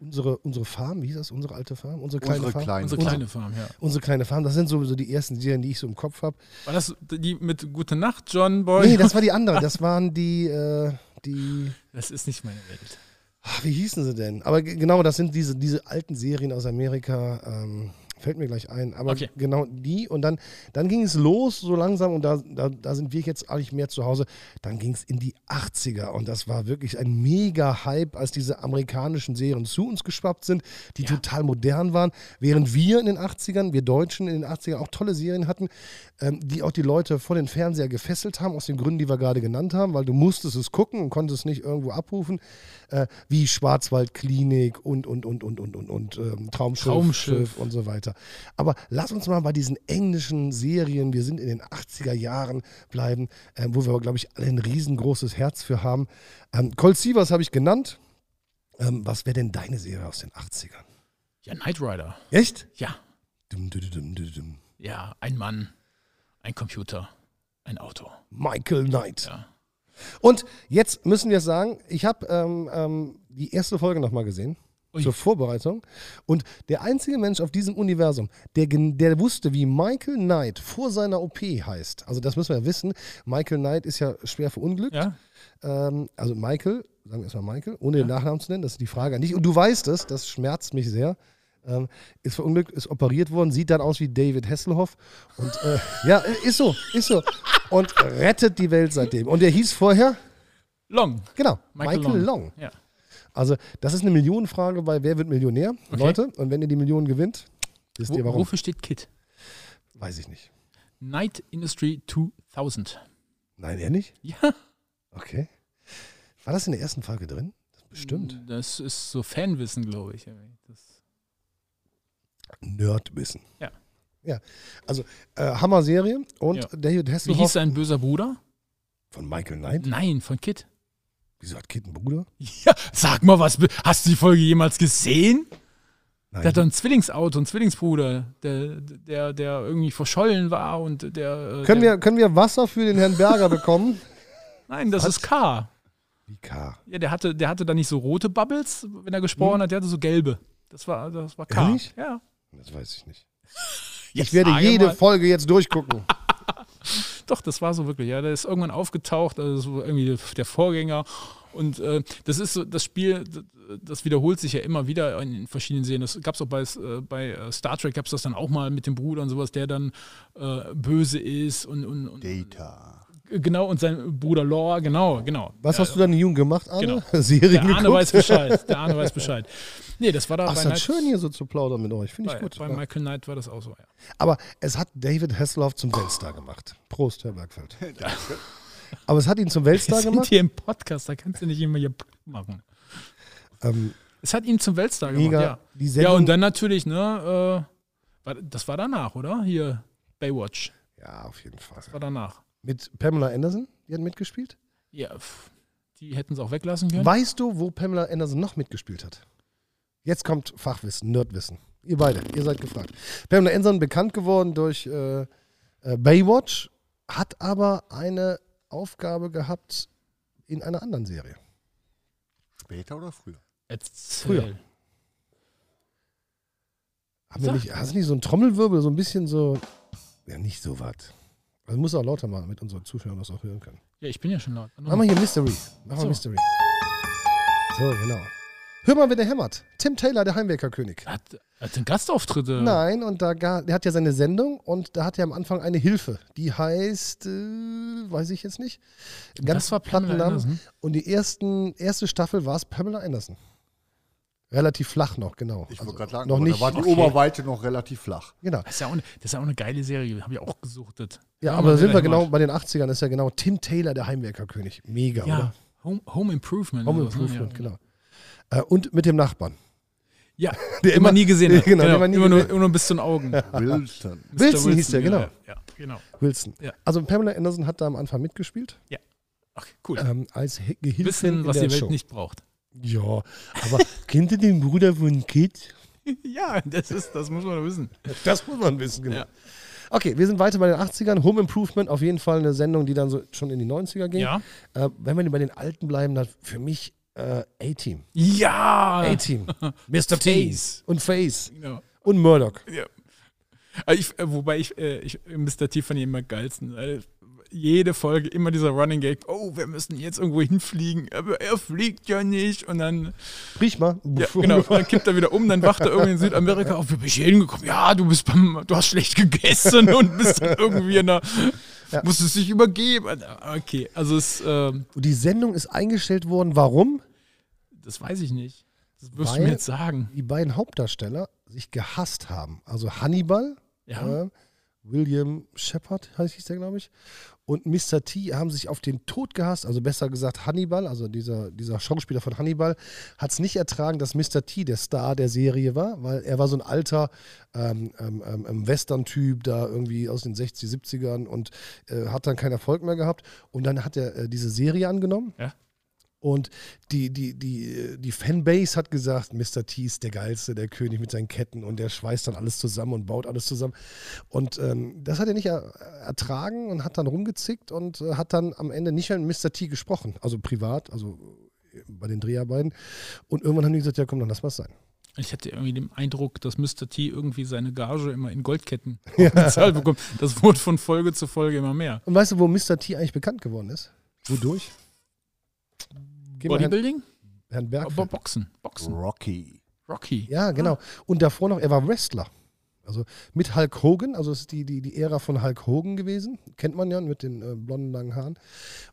A: unsere, unsere Farm, wie hieß das? Unsere alte Farm? Unsere kleine
D: Unsere
A: Farm?
D: kleine.
B: Unsere kleine Farm, ja.
A: Unsere kleine Farm. Das sind so, so die ersten Serien, die ich so im Kopf habe.
B: War das die mit Gute Nacht, John Boy?
A: Nee, das war die andere. Das waren die, äh, die,
B: *laughs* das ist nicht meine Welt.
A: ach, wie hießen sie denn? Aber ge- genau, das sind diese, diese alten Serien aus Amerika. Ähm, fällt mir gleich ein. Aber
B: Okay.
A: genau die. Und dann, dann ging es los so langsam. Und da, da, da sind wir jetzt eigentlich mehr zu Hause. Dann ging es in die 80er. Und das war wirklich ein mega Hype, als diese amerikanischen Serien zu uns geschwappt sind, die total modern waren. Während wir in den 80ern, wir Deutschen in den 80ern auch tolle Serien hatten, ähm, die auch die Leute vor den Fernseher gefesselt haben, aus den Gründen, die wir gerade genannt haben, weil du musstest es gucken und konntest es nicht irgendwo abrufen, äh, wie Schwarzwaldklinik und, und, und, und, und, und, und ähm, Traumschiff,
B: Traumschiff.
A: Schiff und so weiter. Aber lass uns mal bei diesen englischen Serien, wir sind in den 80er Jahren bleiben, ähm, wo wir, glaube ich, alle ein riesengroßes Herz für haben. Ähm, Colt Sievers habe ich genannt. Ähm, was wäre denn deine Serie aus den 80ern?
B: Ja, Knight Rider.
A: Echt?
B: Ja.
A: Dum, dum, dum, dum, dum.
B: Ja, ein Mann, ein Computer, ein Auto.
A: Michael Knight.
B: Ja.
A: Und jetzt müssen wir es sagen, ich habe ähm, ähm, die erste Folge nochmal gesehen.
B: Ui.
A: Zur Vorbereitung. Und der einzige Mensch auf diesem Universum, der, gen- der wusste, wie Michael Knight vor seiner OP heißt, also das müssen wir ja wissen, Michael Knight ist ja schwer verunglückt.
B: Ja?
A: Ähm, also Michael, sagen wir erstmal Michael, ohne den Nachnamen zu nennen, das ist die Frage an dich. Und du weißt es, das schmerzt mich sehr. Ähm, ist verunglückt, ist operiert worden, sieht dann aus wie David Hasselhoff. Und äh, *laughs* ja, ist so, ist so. Und rettet die Welt seitdem. Und er hieß vorher,
B: Long.
A: genau, Michael, Long.
B: Ja.
A: Also, das ist eine Millionenfrage bei Wer wird Millionär? Leute, und wenn ihr die Millionen gewinnt, wisst
B: Wo,
A: ihr warum?
B: Wofür steht KIT?
A: Weiß ich nicht.
B: Night Industry 2000.
A: Nein, ehrlich?
B: Ja.
A: Okay. War das in der ersten Folge drin? Bestimmt.
B: Das ist so Fanwissen, glaube ich. Das,
A: Nerdwissen.
B: Ja.
A: Ja, also äh, Hammer-Serie und
B: Ja.
A: David
B: wie hieß
A: Hasselhoff
B: sein böser Bruder?
A: von Michael Knight.
B: Nein, von KIT.
A: Wieso hat Kid einen Bruder?
B: Ja, sag mal was. Hast du die Folge jemals gesehen?
A: Nein.
B: Der hat doch ein Zwillingsauto, einen Zwillingsbruder, der, der, der irgendwie verschollen war und der. äh,
A: können,
B: der,
A: wir, können wir Wasser für den Herrn Berger bekommen?
B: *laughs* Nein,
A: Halt.
B: das ist K.
A: Wie K.
B: Ja, der hatte, der hatte da nicht so rote Bubbles, wenn er gesprochen hat, der hatte so gelbe. Das war, das war K.
A: Hm? Ehrlich?
B: Ja.
A: Das weiß ich nicht.
B: *laughs* Jetzt
A: Ich werde
B: sage
A: jede
B: mal.
A: Folge jetzt durchgucken.
B: Doch, das war so wirklich. Ja, der ist irgendwann aufgetaucht, also so irgendwie der Vorgänger. Und äh, das ist so, das Spiel, d- das wiederholt sich ja immer wieder in, in verschiedenen Serien. Das gab es auch bei, S- äh, bei äh, Star Trek, gab es das dann auch mal mit dem Bruder und sowas, der dann äh, böse ist und, und, und
D: Data.
B: genau, und sein Bruder Lore, genau, genau.
A: Was hast du dann jung gemacht, Arne? *laughs* Serien
B: Der Arne
A: geguckt?
B: weiß Bescheid. Der Arne weiß Bescheid. Nee, das war da
A: Ach,
B: bei,
A: ist
B: Night,
A: das schön hier so zu plaudern mit euch. Finde ich
B: bei,
A: gut.
B: bei
A: Ja.
B: Michael Knight war das auch so, ja.
A: Aber es hat David Hasselhoff zum Weltstar gemacht. Prost, Herr
B: *laughs*
A: Bergfeld. Aber es hat ihn zum
B: Wir *laughs*
A: Weltstar
B: sind
A: gemacht.
B: hier im Podcast, da kannst du nicht immer hier machen.
A: Ähm,
B: Es hat ihn zum Weltstar gemacht,
A: mega.
B: ja.
A: Die
B: Ja,
A: Sendung,
B: und dann natürlich, ne, äh, war, das war danach, oder? Hier, Baywatch,
A: ja, auf jeden Fall.
B: war danach.
A: Mit Pamela Anderson, die hat mitgespielt.
B: Ja, pff, die hätten es auch weglassen können.
A: Weißt du, wo Pamela Anderson noch mitgespielt hat? Jetzt kommt Fachwissen, Nerdwissen. Ihr beide, ihr seid gefragt. Pamela Anderson bekannt geworden durch äh, äh, Baywatch, hat aber eine Aufgabe gehabt in einer anderen Serie.
D: Später oder früher?
B: Erzähl.
A: Früher. Haben wir
B: Sag
A: nicht, hast du nicht so einen Trommelwirbel, so ein bisschen so. Ja, nicht so was. Also muss auch lauter machen, damit unsere Zuschauer das auch hören können.
B: Ja, ich bin ja schon laut.
A: Machen wir hier Mystery. Machen
B: So.
A: wir Mystery. So, genau. Hör mal, wer der hämmert. Tim Taylor, der Heimwerkerkönig.
B: Hat, hat den Gastauftritte.
A: Nein, und da ga- der hat ja seine Sendung und da hat er am Anfang eine Hilfe. Die heißt, äh, weiß ich jetzt nicht. Ganz
B: Das war Pamela
A: Plattennamen.
B: Anderson?
A: Und die ersten, erste Staffel war es Pamela Anderson. Relativ flach noch, genau.
D: Ich
A: Also
D: wollte gerade sagen,
A: noch
D: aber
A: nicht.
D: da war die Oberweite noch relativ flach.
A: Genau.
B: Das ist ja auch eine, das ist ja auch eine geile Serie, habe ich auch gesuchtet.
A: Ja, aber da sind wir
B: der
A: genau
B: Hämmert.
A: bei den 80ern, ist ja genau Tim Taylor, der Heimwerkerkönig. Mega,
B: Ja,
A: oder?
B: Home, Home Improvement.
A: Home
B: oder sowas, ne?
A: Improvement, genau. Äh, und mit dem Nachbarn. *laughs*
B: Ja,
A: Der
B: der
A: immer-
B: immer nie gesehen hat.
A: Genau, den man nie
B: immer, nur,
A: gesehen
B: immer nur bis zu den
A: *laughs*
B: Augen.
D: Ah, Wilson.
B: Mr.
A: Wilson hieß der, genau.
B: Ja, genau.
A: Wilson.
B: Ja.
A: Also Pamela Anderson hat da am Anfang mitgespielt.
B: Ach, cool.
A: Ähm, als He- Gehilfin
B: Wissen,
A: in
B: was
A: der
B: die Welt
A: Show.
B: nicht braucht. *laughs*
A: Ja, aber kennt ihr den Bruder von Kid?
B: Ja, das, ist, das muss man wissen.
A: Das muss man wissen, genau.
B: Ja.
A: Okay, wir sind weiter bei den 80ern. Home Improvement, auf jeden Fall eine Sendung, die dann so schon in die 90er ging.
B: Ja.
A: Äh, wenn wir bei den Alten bleiben, dann für mich äh, A-Team. *laughs*
B: Ja!
A: A-Team. Mr. Ah. T.
B: Face.
A: Und Face.
B: Genau.
A: Und Murdoch.
B: Also Ich, äh, wobei ich, äh, ich Mr. T fand ich immer geilsten. Äh, Jede Folge immer dieser Running Gag. Oh, wir müssen jetzt irgendwo hinfliegen, aber er fliegt ja nicht. Und dann,
A: Riech mal. *laughs*
B: ja, genau, und dann kippt er wieder um, dann wacht er irgendwie in Südamerika auf. Wie bin ich hier hingekommen? Ja, du bist beim, du hast schlecht gegessen und bist dann irgendwie in der, musstest dich übergeben. Okay, also es, ähm,
A: Und die Sendung ist eingestellt worden. Warum?
B: das weiß ich nicht. Das wirst du
A: Weil-
B: mir jetzt sagen.
A: Die beiden Hauptdarsteller sich gehasst haben. Also Hannibal
B: Ja.
A: Äh, William Shepard heißt hieß der, glaube ich. Und Mr. T haben sich auf den Tod gehasst, also besser gesagt Hannibal, also dieser, dieser Schauspieler von Hannibal, hat es nicht ertragen, dass Mr. T der Star der Serie war, weil er war so ein alter ähm, ähm, ähm, ähm, Western-Typ da irgendwie aus den 60er, 70ern und äh, hat dann keinen Erfolg mehr gehabt. Und dann hat er äh, diese Serie angenommen.
B: Ja.
A: Und die, die, die, äh, die Fanbase hat gesagt, Mr. T ist der Geilste, der König mit seinen Ketten und der schweißt dann alles zusammen und baut alles zusammen. Und ähm, das hat er nicht er ertragen und hat dann rumgezickt und äh, hat dann am Ende nicht mehr mit Mr. T gesprochen, also privat, also äh, bei den Dreharbeiten. Und irgendwann haben die gesagt, ja komm, dann lass was sein.
B: Ich hatte irgendwie den Eindruck, dass Mr. T irgendwie seine Gage immer
A: *laughs*
B: in Goldketten *laughs* bezahlt bekommt. Das wurde von Folge zu Folge immer mehr.
A: Und weißt du, wo Mr. T eigentlich bekannt geworden ist? Wodurch? Geh mal Mhm. Herrn,
B: Bodybuilding?
A: Herrn Berg.
B: Aber Boxen. Boxen.
D: Rocky.
B: Rocky.
A: Ja, genau. Und davor noch, er war Wrestler. Also mit Hulk Hogan, also es ist die, die, die Ära von Hulk Hogan gewesen, kennt man ja mit den äh, blonden langen Haaren.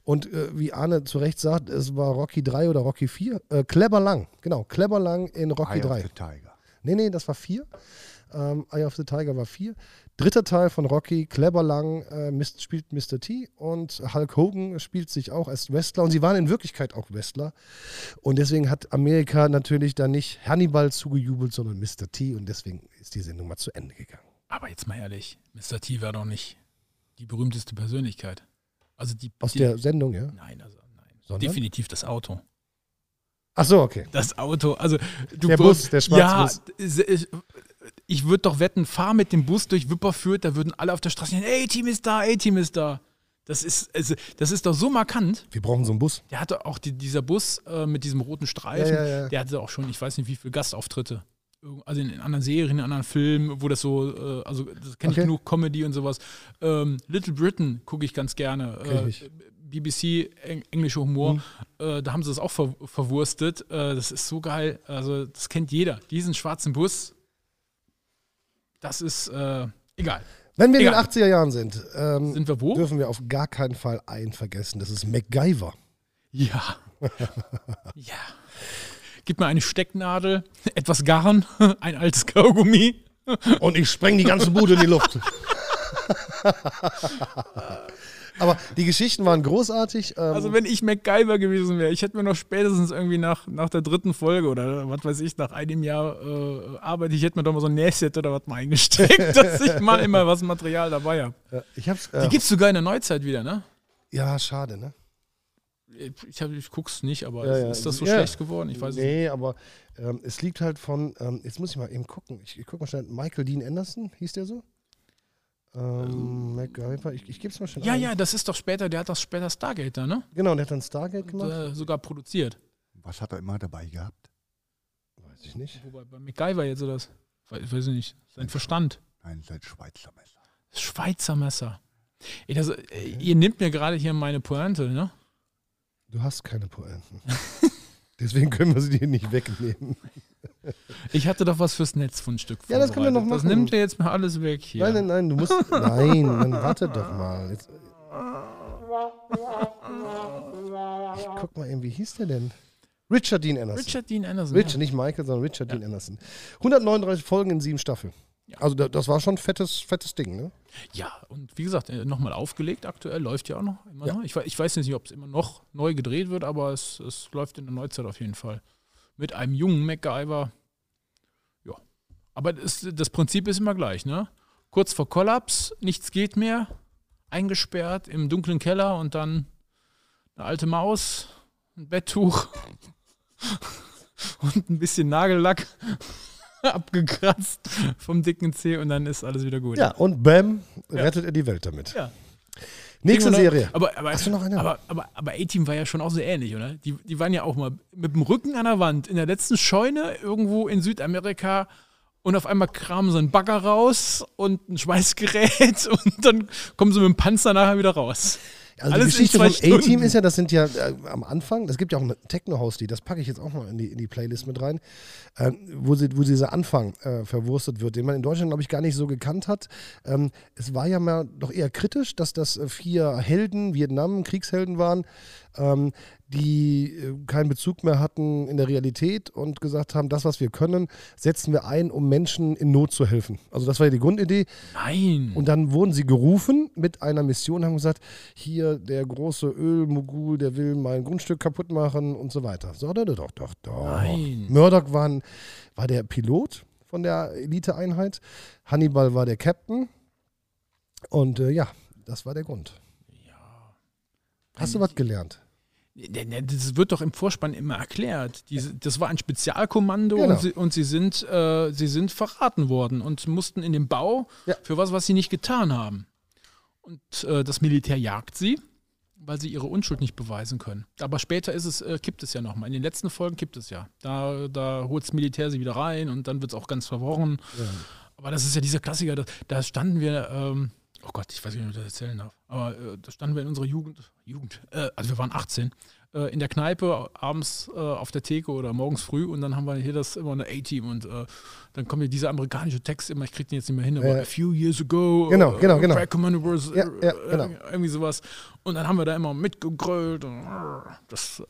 A: Und äh, wie Arne zu Recht sagt, es war Rocky 3 oder Rocky 4. Äh, Clever Lang, genau, Clever Lang in Rocky
D: Eye of
A: 3.
D: the Tiger.
A: Nee, nee, das war 4. Ähm, Eye of the Tiger war 4. Dritter Teil von Rocky, Clever Lang äh, mis- spielt Mr. T und Hulk Hogan spielt sich auch als Wrestler und sie waren in Wirklichkeit auch Wrestler. Und deswegen hat Amerika natürlich da nicht Hannibal zugejubelt, sondern Mr. T und deswegen ist die Sendung mal zu Ende gegangen.
B: Aber jetzt mal ehrlich, Mr. T war doch nicht die berühmteste Persönlichkeit. Also die.
A: Aus
B: die,
A: der Sendung, ja?
B: Nein, also nein.
A: Sondern?
B: Definitiv das Auto.
A: Ach so, okay.
B: Das Auto, also du
A: Der Bus, der
B: Ja,
A: Schwarzbus.
B: ich, ich würde doch wetten, fahr mit dem Bus durch Wipperfürth, da würden alle auf der Straße sagen, A-Team ist da, A-Team ist da. Das ist, also, das ist doch so markant.
A: Wir brauchen so einen Bus.
B: Der hatte auch die, dieser Bus äh, mit diesem roten Streifen,
A: Ja, ja, ja.
B: der hatte auch schon, ich weiß nicht, wie viele Gastauftritte. Irgend- Also in, in anderen Serien, in anderen Filmen, wo das so, äh, also das kenne
A: Okay.
B: ich genug, Comedy und sowas. Ähm, Little Britain gucke ich ganz gerne.
A: Kenn ich
B: Äh,
A: nicht. Mhm.
B: BBC, Eng englischer Humor, äh, da haben sie das auch ver verwurstet. Äh, das ist so geil. Also, das kennt jeder. Diesen schwarzen Bus, das ist äh, egal.
A: Wenn wir
B: Egal.
A: in den 80er Jahren sind, ähm,
B: Sind wir wo?
A: dürfen wir auf gar keinen Fall einen vergessen. Das ist MacGyver.
B: Ja. ja. Gib mir eine Stecknadel, etwas Garn, *laughs* ein altes Kaugummi.
A: Und ich spreng die ganze Bude in die Luft. *laughs* Aber die Geschichten waren großartig. Ähm,
B: Also wenn ich MacGyver gewesen wäre, ich hätte mir noch spätestens irgendwie nach, nach der dritten Folge oder was weiß ich, nach einem Jahr äh, Arbeit, ich hätte mir doch mal so ein Näset oder was mal eingesteckt, *laughs* dass ich mal immer was Material dabei habe.
A: ich hab's,
B: Die
A: äh,
B: gibt's sogar in der Neuzeit wieder, ne?
A: ja, schade, ne?
B: Ich, hab, ich guck's nicht, aber
A: Ja, ja.
B: ist das so
A: Ja.
B: schlecht geworden? Ich weiß es nicht.
A: nee, aber ähm, es liegt halt von, ähm, jetzt muss ich mal eben gucken. Ich, ich guck mal schnell, Michael Dean Anderson, hieß der so? Ähm, MacGyver, ich, ich geb's mal schnell
B: Ja,
A: ein.
B: ja, das ist doch später, der hat das später Stargate da, ne?
A: Genau, der hat dann Stargate gemacht.
B: Äh, sogar produziert.
D: Was hat er immer dabei gehabt?
A: Weiß ich nicht.
B: Wobei bei MacGyver jetzt oder das? Weiß, weiß ich nicht. Sein Verstand.
D: Nein, sein Schweizer Messer.
B: Schweizer Messer. Ey, das, äh, Ihr nehmt mir gerade hier meine Pointe, ne?
A: Du hast keine Pointen. *laughs* Deswegen können wir sie dir nicht wegnehmen.
B: Ich hatte doch was fürs Netzfundstück
A: Ja, das können wir noch
B: vorbereitet.
A: machen.
B: Das nimmt ihr jetzt mal alles weg hier.
A: Nein, nein, nein, du musst. Nein, dann warte doch mal. Jetzt, ich guck mal eben, wie hieß der denn? Richard Dean Anderson. Richard,
B: Richard Dean Anderson. ja.
A: nicht Michael, sondern Richard Dean Anderson. 139 Folgen in sieben Staffeln. Also da- das war schon ein fettes, fettes Ding, ne?
B: Ja, und wie gesagt, äh, nochmal aufgelegt aktuell, läuft ja auch noch. Immer noch. Ich, we- ich weiß jetzt nicht, ob es immer noch neu gedreht wird, aber es, es läuft in der Neuzeit auf jeden Fall. Mit einem jungen MacGyver. Ja. Aber das, das Prinzip ist immer gleich, ne? Kurz vor Kollaps, nichts geht mehr, eingesperrt im dunklen Keller und dann eine alte Maus, ein Betttuch *laughs* und ein bisschen Nagellack *laughs* abgekratzt vom dicken Zeh und dann ist alles wieder gut.
A: Ja, und bam, rettet er die Welt damit.
B: Ja.
A: Nächste
B: Oder-
A: Serie.
B: Aber, aber,
A: Hast du noch eine?
B: aber, aber, aber A-Team war ja schon auch so ähnlich, oder? Die, die waren ja auch mal mit dem Rücken an der Wand in der letzten Scheune irgendwo in Südamerika und auf einmal kramen sie einen Bagger raus und ein Schweißgerät *laughs* und dann kommen sie mit dem Panzer nachher wieder raus.
A: Also
B: Alles in
A: die Geschichte
B: zwei
A: vom A-Team
B: Stunden.
A: ist ja, das sind ja äh, am Anfang, es gibt ja auch ein Techno-House, die, das packe ich jetzt auch mal in die, in die Playlist mit rein, ähm, wo, sie, wo dieser Anfang äh, verwurstet wird, den man in Deutschland, glaube ich, gar nicht so gekannt hat. Ähm, es war ja mal doch eher kritisch, dass das äh, vier Helden, Vietnam, Kriegshelden waren, ähm, die äh, keinen Bezug mehr hatten in der Realität und gesagt haben, das, was wir können, setzen wir ein, um Menschen in Not zu helfen. Also das war ja die Grundidee.
B: Nein.
A: Und dann wurden sie gerufen mit einer Mission, haben gesagt, hier der große Ölmogul, der will mein Grundstück kaputt machen und so weiter. So, doch, doch, doch, doch.
B: Nein.
A: Murdoch war, ein- war der Pilot von der Eliteeinheit, Hannibal war der Captain und äh, ja, das war der Grund. Hast du was gelernt?
B: Ne, ne, Das wird doch im Vorspann immer erklärt. Diese, das war ein Spezialkommando
A: Genau.
B: und, sie, und sie, sind, äh, sie sind verraten worden und mussten in den Bau
A: Ja.
B: für was, was sie nicht getan haben. Und äh, das Militär jagt sie, weil sie ihre Unschuld nicht beweisen können. Aber später ist es, äh, kippt es ja nochmal. In den letzten Folgen kippt es ja. Da, da holt das Militär sie wieder rein und dann wird es auch ganz verworren. Aber das ist ja dieser Klassiker, da, da standen wir, ähm, oh Gott, ich weiß nicht, ob ich das erzählen darf, aber äh, da standen wir in unserer Jugend, Jugend, äh, also wir waren 18, äh, in der Kneipe, abends äh, auf der Theke oder morgens früh und dann haben wir hier das immer eine A-Team und äh, dann kommt hier dieser amerikanische Text immer, ich krieg den jetzt nicht mehr hin, aber
A: Ja.
B: a few years ago,
A: Genau,
B: äh,
A: genau, genau.
B: Crack Commando Wars,
A: Ja,
B: äh,
A: ja, genau.
B: irgendwie sowas und dann haben wir da immer mitgegrölt und, äh, das,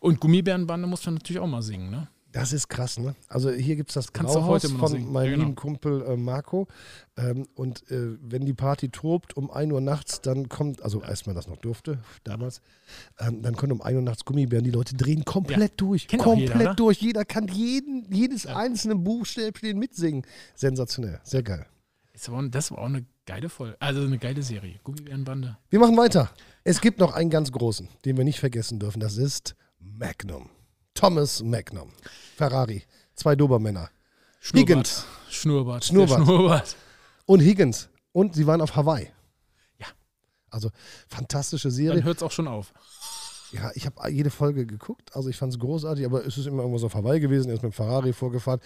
B: und Gummibärenbande muss man natürlich auch mal singen, ne?
A: Das ist krass, ne? Also hier gibt es das
B: Kannst du
A: Brauhaus
B: heute immer noch
A: von
B: singen.
A: meinem
B: Ja, genau.
A: lieben Kumpel äh, Marco. Ähm, und äh, wenn die Party tobt um 1 Uhr nachts, dann kommt, also als man das noch durfte, damals, ähm, dann können um 1 Uhr nachts Gummibären, die Leute drehen komplett durch.
B: Kennt auch
A: komplett
B: jeder, ne?
A: durch. Jeder kann jeden, jedes einzelne Buchstäbchen mitsingen. Sensationell. Sehr geil.
B: Ist aber- Das war auch eine geile Folge, also eine geile Serie, Gummibärenbande.
A: Wir machen weiter. Es gibt noch einen ganz großen, den wir nicht vergessen dürfen. Das ist Magnum. Thomas Magnum. Ferrari. Zwei Dobermänner. Higgins.
B: Schnurrbart.
A: Schnurrbart.
B: Der Schnurrbart.
A: Und Higgins. Und sie waren auf Hawaii.
B: Ja.
A: Also fantastische
B: Dann
A: Serie.
B: hört es auch schon auf.
A: Ja, ich habe jede Folge geguckt. Also ich fand es großartig, aber es ist immer irgendwas auf Hawaii gewesen. Er ist mit dem Ferrari vorgefahren.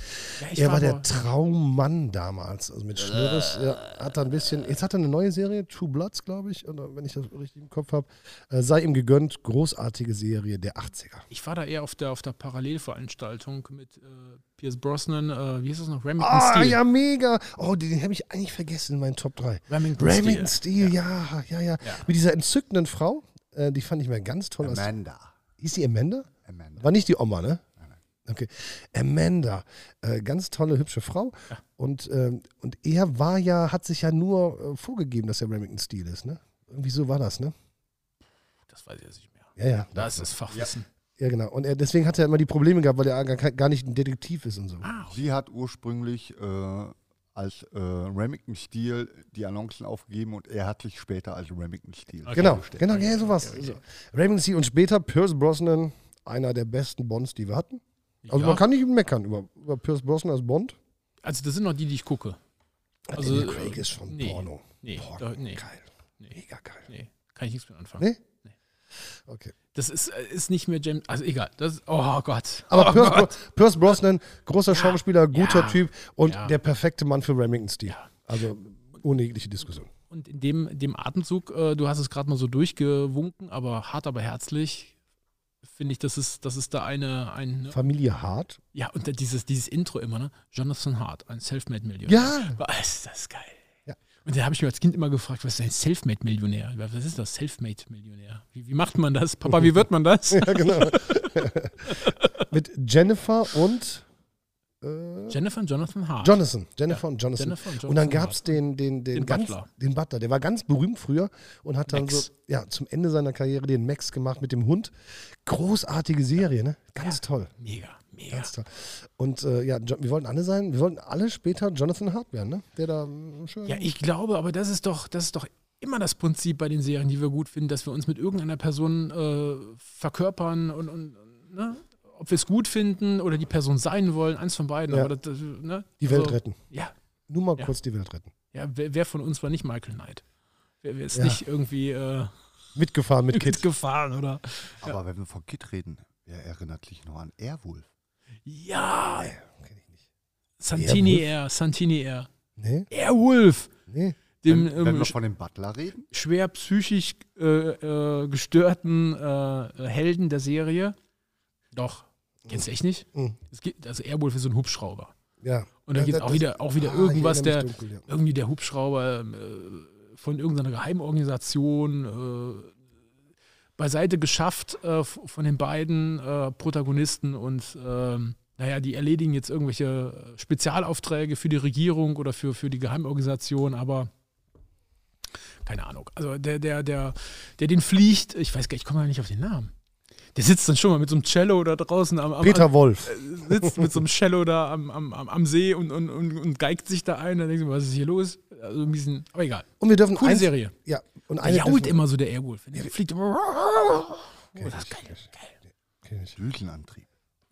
B: Ja,
A: er war der Traummann damals, also mit Schnurres. Er hat da ein bisschen, jetzt hat er eine neue Serie, True Bloods, glaube ich, oder wenn ich das richtig im Kopf habe. Äh, sei ihm gegönnt, großartige Serie der 80er.
B: ich war da eher auf der, auf der Parallelveranstaltung mit äh, Pierce Brosnan, äh, wie hieß das noch? Remington
A: Ah,
B: Steel.
A: ja, mega. Oh, den, den habe ich eigentlich vergessen in meinen Top 3.
B: Remington Steel.
A: Remington Steel, ja, ja, ja, Mit dieser entzückenden Frau, äh, die fand ich mal ganz toll. als-
D: Amanda.
A: Hieß die Amanda?
D: Amanda.
A: War nicht die Oma, ne? Okay. Amanda, äh, ganz tolle, hübsche Frau. Und, ähm, und er war ja, hat sich ja nur äh, vorgegeben, dass er Remington Steel ist, ne? Irgendwie so war das, ne?
B: Das weiß ich jetzt nicht mehr.
A: Ja, ja.
B: Da ist das Fachwissen.
A: Ja, genau. Und er, deswegen hat er immer die Probleme gehabt, weil er gar, gar nicht ein Detektiv ist und so.
D: Sie hat ursprünglich äh, als äh, Remington Steel die Annoncen aufgegeben und er hat sich später als Remington Steel.
A: Genau, genau, ja, sowas. So. Raymond C. und später Pierce Brosnan, einer der besten Bonds, die wir hatten. Also
B: Ja.
A: man kann nicht meckern über, über Pierce Brosnan als Bond.
B: Also, das sind noch die, die ich gucke. Also,
A: Daniel Craig
B: äh,
A: ist schon
B: nee.
A: Porno.
B: Nee,
A: Porno,
B: da, nee,
A: geil. Mega geil.
B: nee. Kann ich nichts mit anfangen.
A: Nee? Okay.
B: Das ist, äh, ist nicht mehr James. Also, egal. Das, oh Gott.
A: Aber
B: oh
A: Pierce,
B: Gott.
A: Bro Pierce Brosnan, großer Schauspieler, guter
B: ja,
A: Typ und
B: ja.
A: der perfekte Mann für Remington Steel.
B: Ja.
A: Also ohne jegliche Diskussion.
B: Und in dem, dem Atemzug, äh, du hast es gerade mal so durchgewunken, aber hart, aber herzlich, finde ich, das ist, das ist da eine, ein, ne?
A: Familie Hart.
B: ja, und dann dieses, dieses Intro immer, ne? Jonathan Hart, ein Selfmade-Millionär.
A: Ja. *laughs*
B: Boah, ist das geil.
A: Ja.
B: Und da habe ich mir als Kind immer gefragt, was ist ein Selfmade-Millionär? Was ist das Selfmade-Millionär? Wie, wie macht man das? Papa, wie wird man
A: *laughs*
B: das?
A: Ja, genau. Mit Jennifer und äh,
B: Jennifer und Jonathan Hart.
A: Jonathan. Jennifer und Jonathan.
B: Jennifer und Jonathan
A: Und dann gab
B: Hart.
A: es den, den, den,
B: Den
A: ganz,
B: Butler.
A: den Butler. Der war ganz berühmt früher und hat dann
B: Max.
A: so ja, zum Ende seiner Karriere den Max gemacht mit dem Hund. Großartige Serie, ne? Ganz toll.
B: Mega, mega.
A: Ganz toll. Und äh, ja, Jo- wir wollten alle sein, wir wollten alle später Jonathan Hart werden, ne? Der da mm, schön.
B: Ja, ich glaube, aber das ist doch, das ist doch immer das Prinzip bei den Serien, die wir gut finden, dass wir uns mit irgendeiner Person äh, verkörpern und, und ne? ob wir es gut finden oder die Person sein wollen, eins von beiden.
A: Ja.
B: Aber das, das, ne?
A: die Welt
B: Also,
A: retten.
B: Ja,
A: Nur mal
B: Ja.
A: kurz die Welt retten.
B: ja wer, wer von uns war nicht Michael Knight? Wer, wer ist
A: Ja.
B: nicht
A: *laughs*
B: irgendwie äh,
A: Mitgefahren
B: *laughs*
A: mit Kids.
B: mitgefahren oder?
D: Aber wenn wir von Kid reden, wer erinnert sich noch an Airwolf?
B: Ja,
A: Kenn ich nicht.
B: Santini
A: Airwolf?
B: Air, Santini Air.
A: Nee,
B: Airwolf!
A: nee.
B: Dem,
D: wenn, wenn
B: ähm,
D: wir von dem Butler reden?
B: schwer psychisch äh, äh, gestörten äh, Helden der Serie. Doch, kennst du echt nicht?
A: Mhm.
B: Es gibt, also Airwolf ist so ein Hubschrauber.
A: Ja.
B: Und da
A: Ja,
B: gibt es
A: das-
B: auch wieder, auch wieder
A: Ah, ich
B: irgendwas,
A: erinnere
B: der
A: mich dunkel, ja.
B: irgendwie der Hubschrauber äh, von irgendeiner Geheimorganisation äh, beiseite geschafft äh, f- von den beiden äh, Protagonisten und ähm, naja, die erledigen jetzt irgendwelche äh, Spezialaufträge für die Regierung oder für, für die Geheimorganisation, aber keine Ahnung. Also der, der, der, der den fliegt, ich weiß gar nicht, ich komme ja nicht auf den Namen. Der sitzt dann schon mal mit so einem Cello da draußen am, am,
A: Peter Wolf.
B: Äh, sitzt mit so einem Cello da am, am, am, am See und, und, und, und geigt sich da ein. Dann denkst du, was ist hier los? Also ein bisschen, aber egal.
A: Und wir dürfen
B: Coole
A: eins-
B: Serie.
A: Ah, Ja, und
B: Er
A: eine dürfen-
B: jault immer so der Airwolf. Der fliegt immer. Oh,
A: Kenn
B: das ist
A: ich,
B: geil.
A: kenn ich,
B: geil.
A: kenn ich.
D: Düsenantrieb.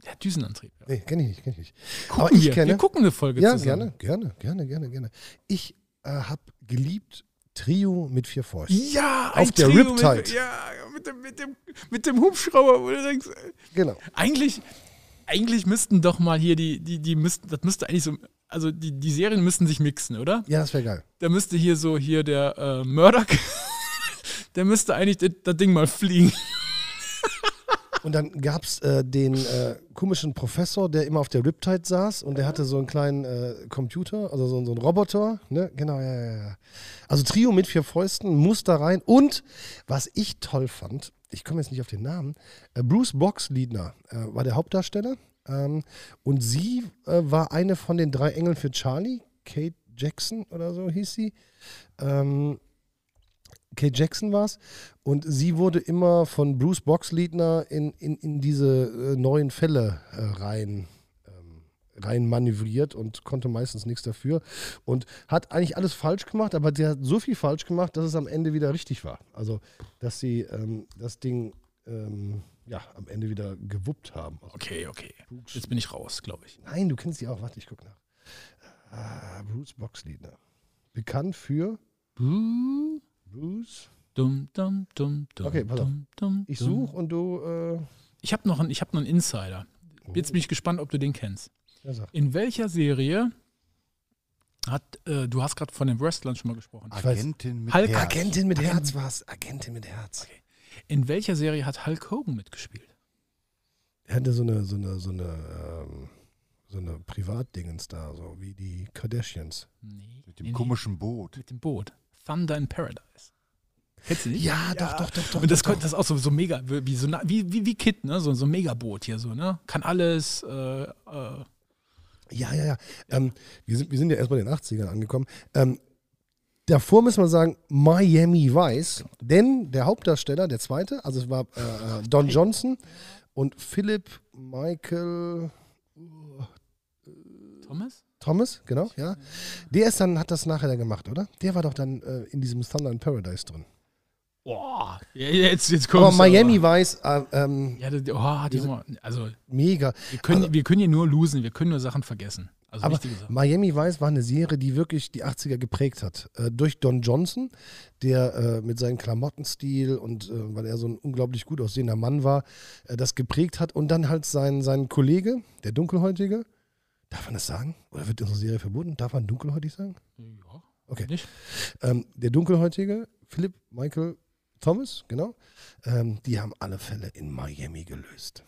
B: Der hat Düsenantrieb. Ja.
A: Nee, kenn ich nicht, kenn ich nicht.
B: Gucken
A: Aber ich
B: wir.
A: kenne-
B: wir gucken eine Folge
A: Ja,
B: zusammen.
A: gerne, gerne, gerne, gerne, gerne. Ich äh, habe geliebt Trio mit vier Fäusten.
B: Ja,
A: Auf der
B: Trio Mit,
A: Riptide.
B: ja, mit dem, mit, dem, mit dem Hubschrauber, wo du denkst, äh,
A: Genau.
B: eigentlich, eigentlich müssten doch mal hier die, die, die müssten, das müsste eigentlich so, also die, die Serien müssten sich mixen, oder?
A: Ja, das wäre geil.
B: da müsste hier so hier der äh, Murdoch, *laughs* der müsste eigentlich das, das Ding mal fliegen.
A: Und dann gab es äh, den äh, komischen Professor, der immer auf der Riptide saß und der hatte so einen kleinen äh, Computer, also so, so einen Roboter. Ne? Genau, ja, ja, ja. Also Trio mit vier Fäusten muss da rein. Und was ich toll fand, ich komme jetzt nicht auf den Namen, äh, Bruce Boxliedner äh, war der Hauptdarsteller. Ähm, und sie äh, war eine von den drei Engeln für Charlie, Kate Jackson oder so hieß sie. Ähm, Kate Jackson war es. Und sie wurde immer von Bruce Boxleitner in, in, in diese äh, neuen Fälle äh, rein, ähm, rein manövriert und konnte meistens nichts dafür. Und hat eigentlich alles falsch gemacht, aber sie hat so viel falsch gemacht, dass es am Ende wieder richtig war. Also, dass sie ähm, das Ding ähm, ja, am Ende wieder gewuppt haben. Also,
B: Okay, okay. Jetzt bin ich raus, glaube ich.
A: Nein, du kennst sie auch. Warte, ich guck nach. Ah, Bruce Boxleitner. Bekannt für Bruce.
B: Dum, dum, dum, dum,
A: Okay, pass auf.
B: dum, dum,
A: Ich
B: dum.
A: suche und du. Äh,
B: Ich habe noch, einen- ich hab noch einen Insider.
A: Oh.
B: Jetzt bin ich gespannt, ob du den kennst.
A: ja, sag.
B: In welcher Serie hat, äh, du hast gerade von den Wrestlern schon mal gesprochen.
A: weiß.
D: Agentin mit
B: Hulk
D: Herz.
A: Agentin mit Herz war's. Agentin mit Herz.
B: In welcher Serie hat Hulk Hogan mitgespielt?
A: Er hatte so eine, so eine, so eine, ähm, so eine Privatdingens da, so wie die Kardashians.
B: Nee.
D: Mit dem komischen Boot.
B: Mit dem Boot. Thunder in Paradise. Kennst du nicht?
A: Ja, doch, doch, doch, doch.
B: Und das,
A: doch,
B: kon- das ist auch so, so mega, wie, wie so, na- wie, wie, wie Kit, ne? So, so ein Megaboot hier so, ne? Kann alles, äh, äh,
A: doch. Ja, ja, ja. Ähm, wir, sind, wir sind ja erst bei den 80ern angekommen. Ähm, davor müssen wir sagen, Miami Vice, denn der Hauptdarsteller, der zweite, also es war äh, äh, Don Johnson und Philip Michael
B: Thomas?
A: Thomas, genau, ja. Der ist dann, hat das nachher dann gemacht, oder? Der war doch dann äh, in diesem Thunder in Paradise drin.
B: Boah, ja, jetzt, jetzt kommst
A: Aber
B: du
A: Miami Vice, äh, ähm,
B: Ja, das, oh, die haben wir- also,
A: mega.
B: wir können, wir können hier nur losen, wir können nur Sachen vergessen. Also
A: Also- Aber
B: wichtige Sachen.
A: Miami Vice war eine Serie, die wirklich die 80er geprägt hat. Äh, durch Don Johnson, der äh, mit seinem Klamottenstil und äh, weil er so ein unglaublich gut aussehender Mann war, äh, das geprägt hat. Und dann halt sein, sein Kollege, der Dunkelhäutige. Darf man das sagen? Oder wird unsere Serie verboten? Darf man dunkelhäutig sagen?
B: Ja.
A: Mhm. Okay.
B: Nicht?
A: Ähm, der Dunkelhäutige, Philipp, Michael, Thomas, genau. Ähm, die haben alle Fälle in Miami gelöst.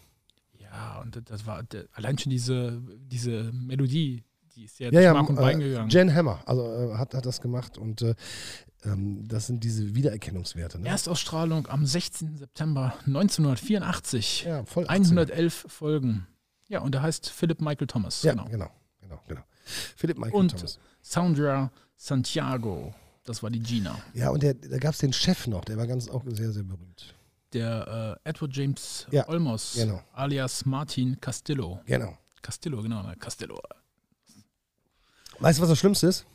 B: Ja, und das war der- allein schon diese, diese Melodie, die ist ja,
A: Ja,
B: durch
A: ja,
B: Mark und Bein
A: äh,
B: gegangen.
A: Jan Hammer also, äh, hat, hat das gemacht und äh, ähm, das sind diese Wiedererkennungswerte. Ne?
B: Erstausstrahlung am 16. September 1984.
A: Ja, voll 80er.
B: 111 Folgen. Ja, und der heißt Philip Michael Thomas.
A: Ja, genau. genau, genau, Philipp Michael
B: Und
A: Thomas.
B: Sandra Santiago, das war die Gina.
A: Ja, und der, da gab es den Chef noch, der war ganz auch sehr, sehr berühmt.
B: Der äh, Edward James
A: Ja,
B: Olmos,
A: genau.
B: alias Martin Castillo.
A: Genau.
B: Castillo, genau, ne, Castillo.
A: Weißt du, was das Schlimmste ist?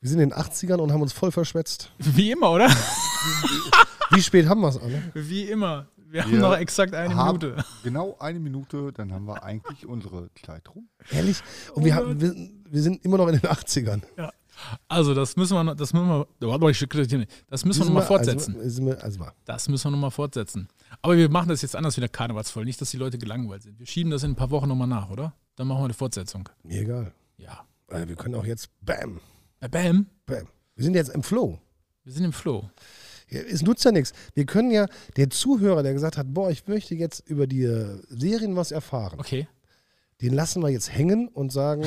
A: Wir sind in den 80ern und haben uns voll verschwätzt.
B: Wie immer, oder?
A: Wie spät haben wir es an?
B: Wie immer. Wir haben
D: Wir
B: noch exakt eine
D: haben
B: Minute.
D: Genau eine Minute, dann haben wir eigentlich unsere Zeit rum.
A: Ehrlich? Und wir, haben, wir, wir sind immer noch in den 80ern.
B: Ja. Also, das müssen wir noch, das müssen wir, oh, warte mal, ich- das müssen wir nochmal fortsetzen.
A: Also, sind wir, also mal.
B: Das müssen wir nochmal fortsetzen. Aber wir machen das jetzt anders wieder karnevalsvoll. Nicht, dass die Leute gelangweilt sind. Wir schieben das in ein paar Wochen nochmal nach, oder? Dann machen wir eine Fortsetzung.
A: Mir egal.
B: Ja.
A: Äh, Wir können auch jetzt bam,
B: Äh, Bam.
A: bam. Wir sind jetzt im Flow.
B: Wir sind im Flow.
A: Ja, Es nutzt ja nichts. Wir können ja, der Zuhörer, der gesagt hat, boah, ich möchte jetzt über die äh, Serien was erfahren,
B: Okay.
A: den lassen wir jetzt hängen und
B: *laughs*
A: sagen,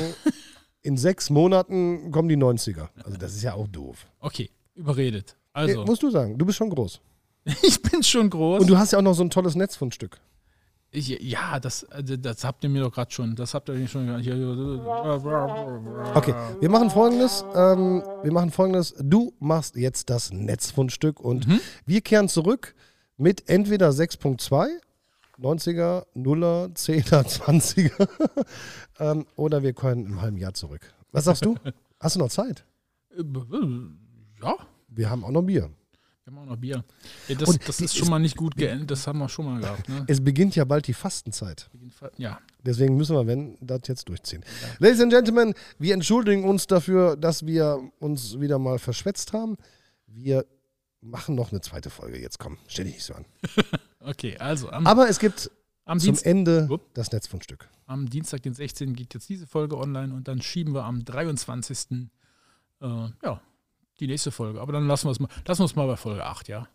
A: in sechs Monaten kommen die 90er. Also das ist ja auch doof.
B: Okay. Überredet.
A: Nee,
B: Also,
A: musst du sagen, du bist schon groß.
B: *laughs* ich bin schon groß.
A: Und du hast ja auch noch so ein tolles Netzfundstück.
B: ich, ja, das, also, das habt ihr mir doch gerade schon. Das habt ihr mir schon. äh,
A: Okay, wir machen folgendes. Ähm, wir machen folgendes. Du machst jetzt das Netzfundstück und wir kehren zurück mit entweder 6.2, 90er, 0er, 10er, 20er *laughs* ähm, oder wir können im halben Jahr zurück. Was sagst du? Hast du noch Zeit?
B: äh, Ja.
A: Wir haben auch noch Bier.
B: Wir haben auch noch Bier. Ja, das,
A: Und
B: das ist
A: es-
B: schon mal nicht gut geendet. Das haben wir schon mal
A: *laughs*
B: gehabt. Ne?
A: Es beginnt ja bald die Fastenzeit.
B: Ja.
A: Deswegen müssen wir, wenn, das jetzt durchziehen. Ladies and Gentlemen, wir entschuldigen uns dafür, dass wir uns wieder mal verschwätzt haben. Wir machen noch eine zweite Folge jetzt. Komm, stell dich nicht so an.
B: Okay, also am,
A: Aber es gibt
B: am
A: zum
B: Dienstag.
A: Ende
B: Upp.
A: das Netzfundstück.
B: Am Dienstag, den 16. geht jetzt diese Folge online und dann schieben wir am 23. Äh, ja, die nächste Folge. Aber dann lassen wir es mal, lassen wir es mal bei Folge 8, ja.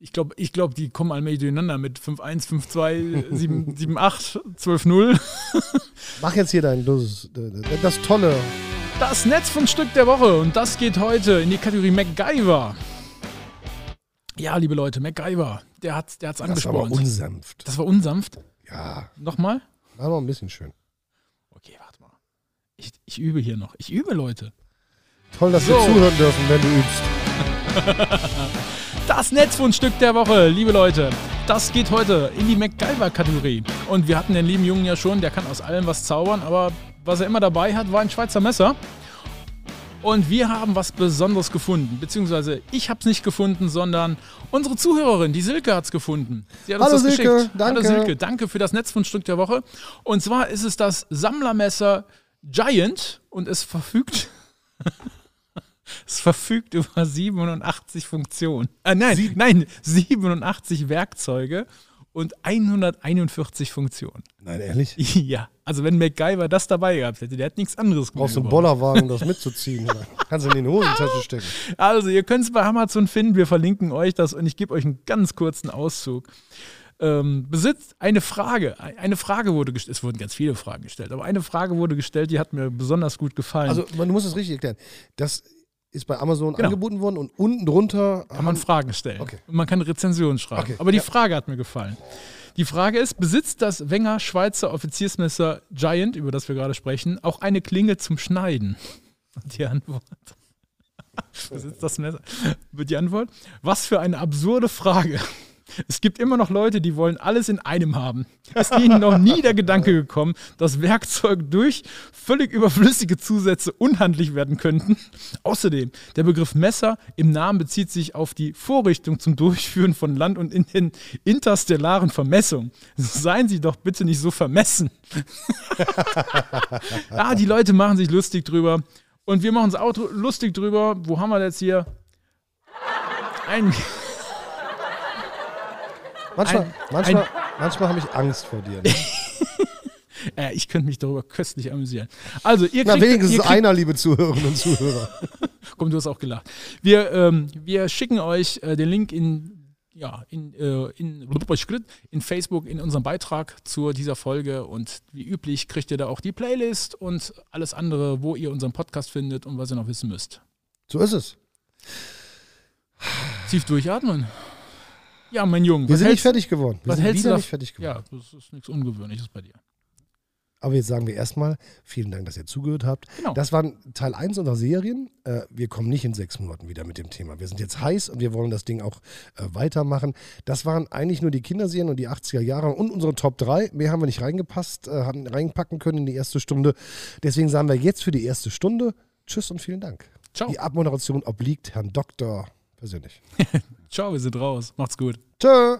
B: Ich glaube, ich glaub, die kommen allmählich durcheinander mit 5-1,
A: *laughs*
B: 5-2, 7, 7, 8, 12, 0.
A: Mach jetzt hier dein das, das tolle.
B: Das Netzfundstück der Woche und das geht heute in die Kategorie MacGyver. Ja, liebe Leute, MacGyver, der hat es der hat's
A: Das war aber
B: angesprochen.
A: unsanft.
B: Das war unsanft.
A: Ja,
B: Nochmal?
A: war noch ein bisschen schön.
B: Okay, warte mal. Ich, ich übe hier noch. Ich übe, Leute.
A: Toll, dass
B: So.
A: wir zuhören dürfen, wenn du übst.
B: Das Netzfundstück der Woche, liebe Leute. Das geht heute in die MacGyver-Kategorie. Und wir hatten den lieben Jungen ja schon, der kann aus allem was zaubern, aber was er immer dabei hat, war ein Schweizer Messer. Und wir haben was Besonderes gefunden, beziehungsweise ich habe es nicht gefunden, sondern unsere Zuhörerin, die Silke, hat es gefunden. Sie hat
A: Hallo
B: uns das
A: Silke,
B: geschickt.
A: danke.
B: Hallo Silke, danke für das Netzfundstück der Woche. Und zwar ist es das Sammlermesser Giant und es verfügt es verfügt über 87 Funktionen. Ah, nein, nein, 87 Werkzeuge und 141 Funktionen. *laughs*
A: Nein, ehrlich?
B: ja, also wenn MacGyver das dabei gehabt hätte, der hätte nichts anderes
A: Brauchst du einen
B: gebraucht.
A: Bollerwagen, um das *laughs* mitzuziehen? oder? Kannst du in die Hosentasche stecken.
B: Also, ihr könnt es bei Amazon finden, wir verlinken euch das und ich gebe euch einen ganz kurzen Auszug. Ähm, besitzt eine Frage. e-, Eine Frage wurde gestellt. Es wurden ganz viele Fragen gestellt, aber eine Frage wurde gestellt, die hat mir besonders gut gefallen.
A: Also, man muss es richtig erklären. Das ist bei Amazon
B: Genau.
A: angeboten worden und unten drunter
B: kann man Fragen stellen.
A: Okay.
B: Und man kann Rezensionen schreiben.
A: Okay,
B: Aber die
A: ja.
B: Frage hat mir gefallen. Die Frage ist, besitzt das Wenger Schweizer Offiziersmesser Giant, über das wir gerade sprechen, auch eine Klinge zum Schneiden? *laughs* Und Die Antwort. *laughs* Besitzt das Messer? Die Antwort. Was für eine absurde Frage. Es gibt immer noch Leute, die wollen alles in einem haben. Ist ihnen noch nie der Gedanke gekommen, dass Werkzeug durch völlig überflüssige Zusätze unhandlich werden könnten? Außerdem, der Begriff Messer im Namen bezieht sich auf die Vorrichtung zum Durchführen von Land- und in den interstellaren Vermessungen. Seien Sie doch bitte nicht so vermessen. *laughs* ah, die Leute machen sich lustig drüber. Und wir machen uns auch dr- lustig drüber. Wo haben wir jetzt hier? Ein.
A: Manchmal,
B: Ein-
A: manchmal, manchmal habe ich Angst vor dir.
B: *laughs*
A: Ne?
B: Äh, ich könnte mich darüber köstlich amüsieren. Also, ihr
A: Na,
B: kriegt, ihr
A: wenigstens
B: kriegt,
A: einer, liebe Zuhörerinnen und Zuhörer.
B: Komm, du hast auch gelacht. Wir, ähm, wir schicken euch äh, den Link in, ja, in, äh, in, in Facebook, in unserem Beitrag zu dieser Folge. Und wie üblich kriegt ihr da auch die Playlist und alles andere, wo ihr unseren Podcast findet und was ihr noch wissen müsst.
A: So ist es.
B: Tief durchatmen. Ja, mein Junge.
A: Wir
B: was
A: sind nicht
B: hältst-
A: fertig geworden. Wir
B: was
A: sind
B: hältst du
A: wieder
B: da-
A: nicht fertig geworden.
B: Ja, das ist nichts Ungewöhnliches bei dir.
A: Aber jetzt sagen wir erstmal, vielen Dank, dass ihr zugehört habt.
B: Genau.
A: Das war Teil 1 unserer Serien. Äh, wir kommen nicht in sechs Monaten wieder mit dem Thema. Wir sind jetzt heiß und wir wollen das Ding auch äh, weitermachen. Das waren eigentlich nur die Kinderserien und die 80er Jahre und unsere Top 3. Mehr haben wir nicht reingepasst, äh, haben reinpacken können in die erste Stunde. Deswegen sagen wir jetzt für die erste Stunde Tschüss und vielen Dank.
B: Ciao.
A: Die Abmoderation obliegt Herrn Doktor persönlich.
B: Ciao, wir sind raus. Macht's gut.
A: Tschö.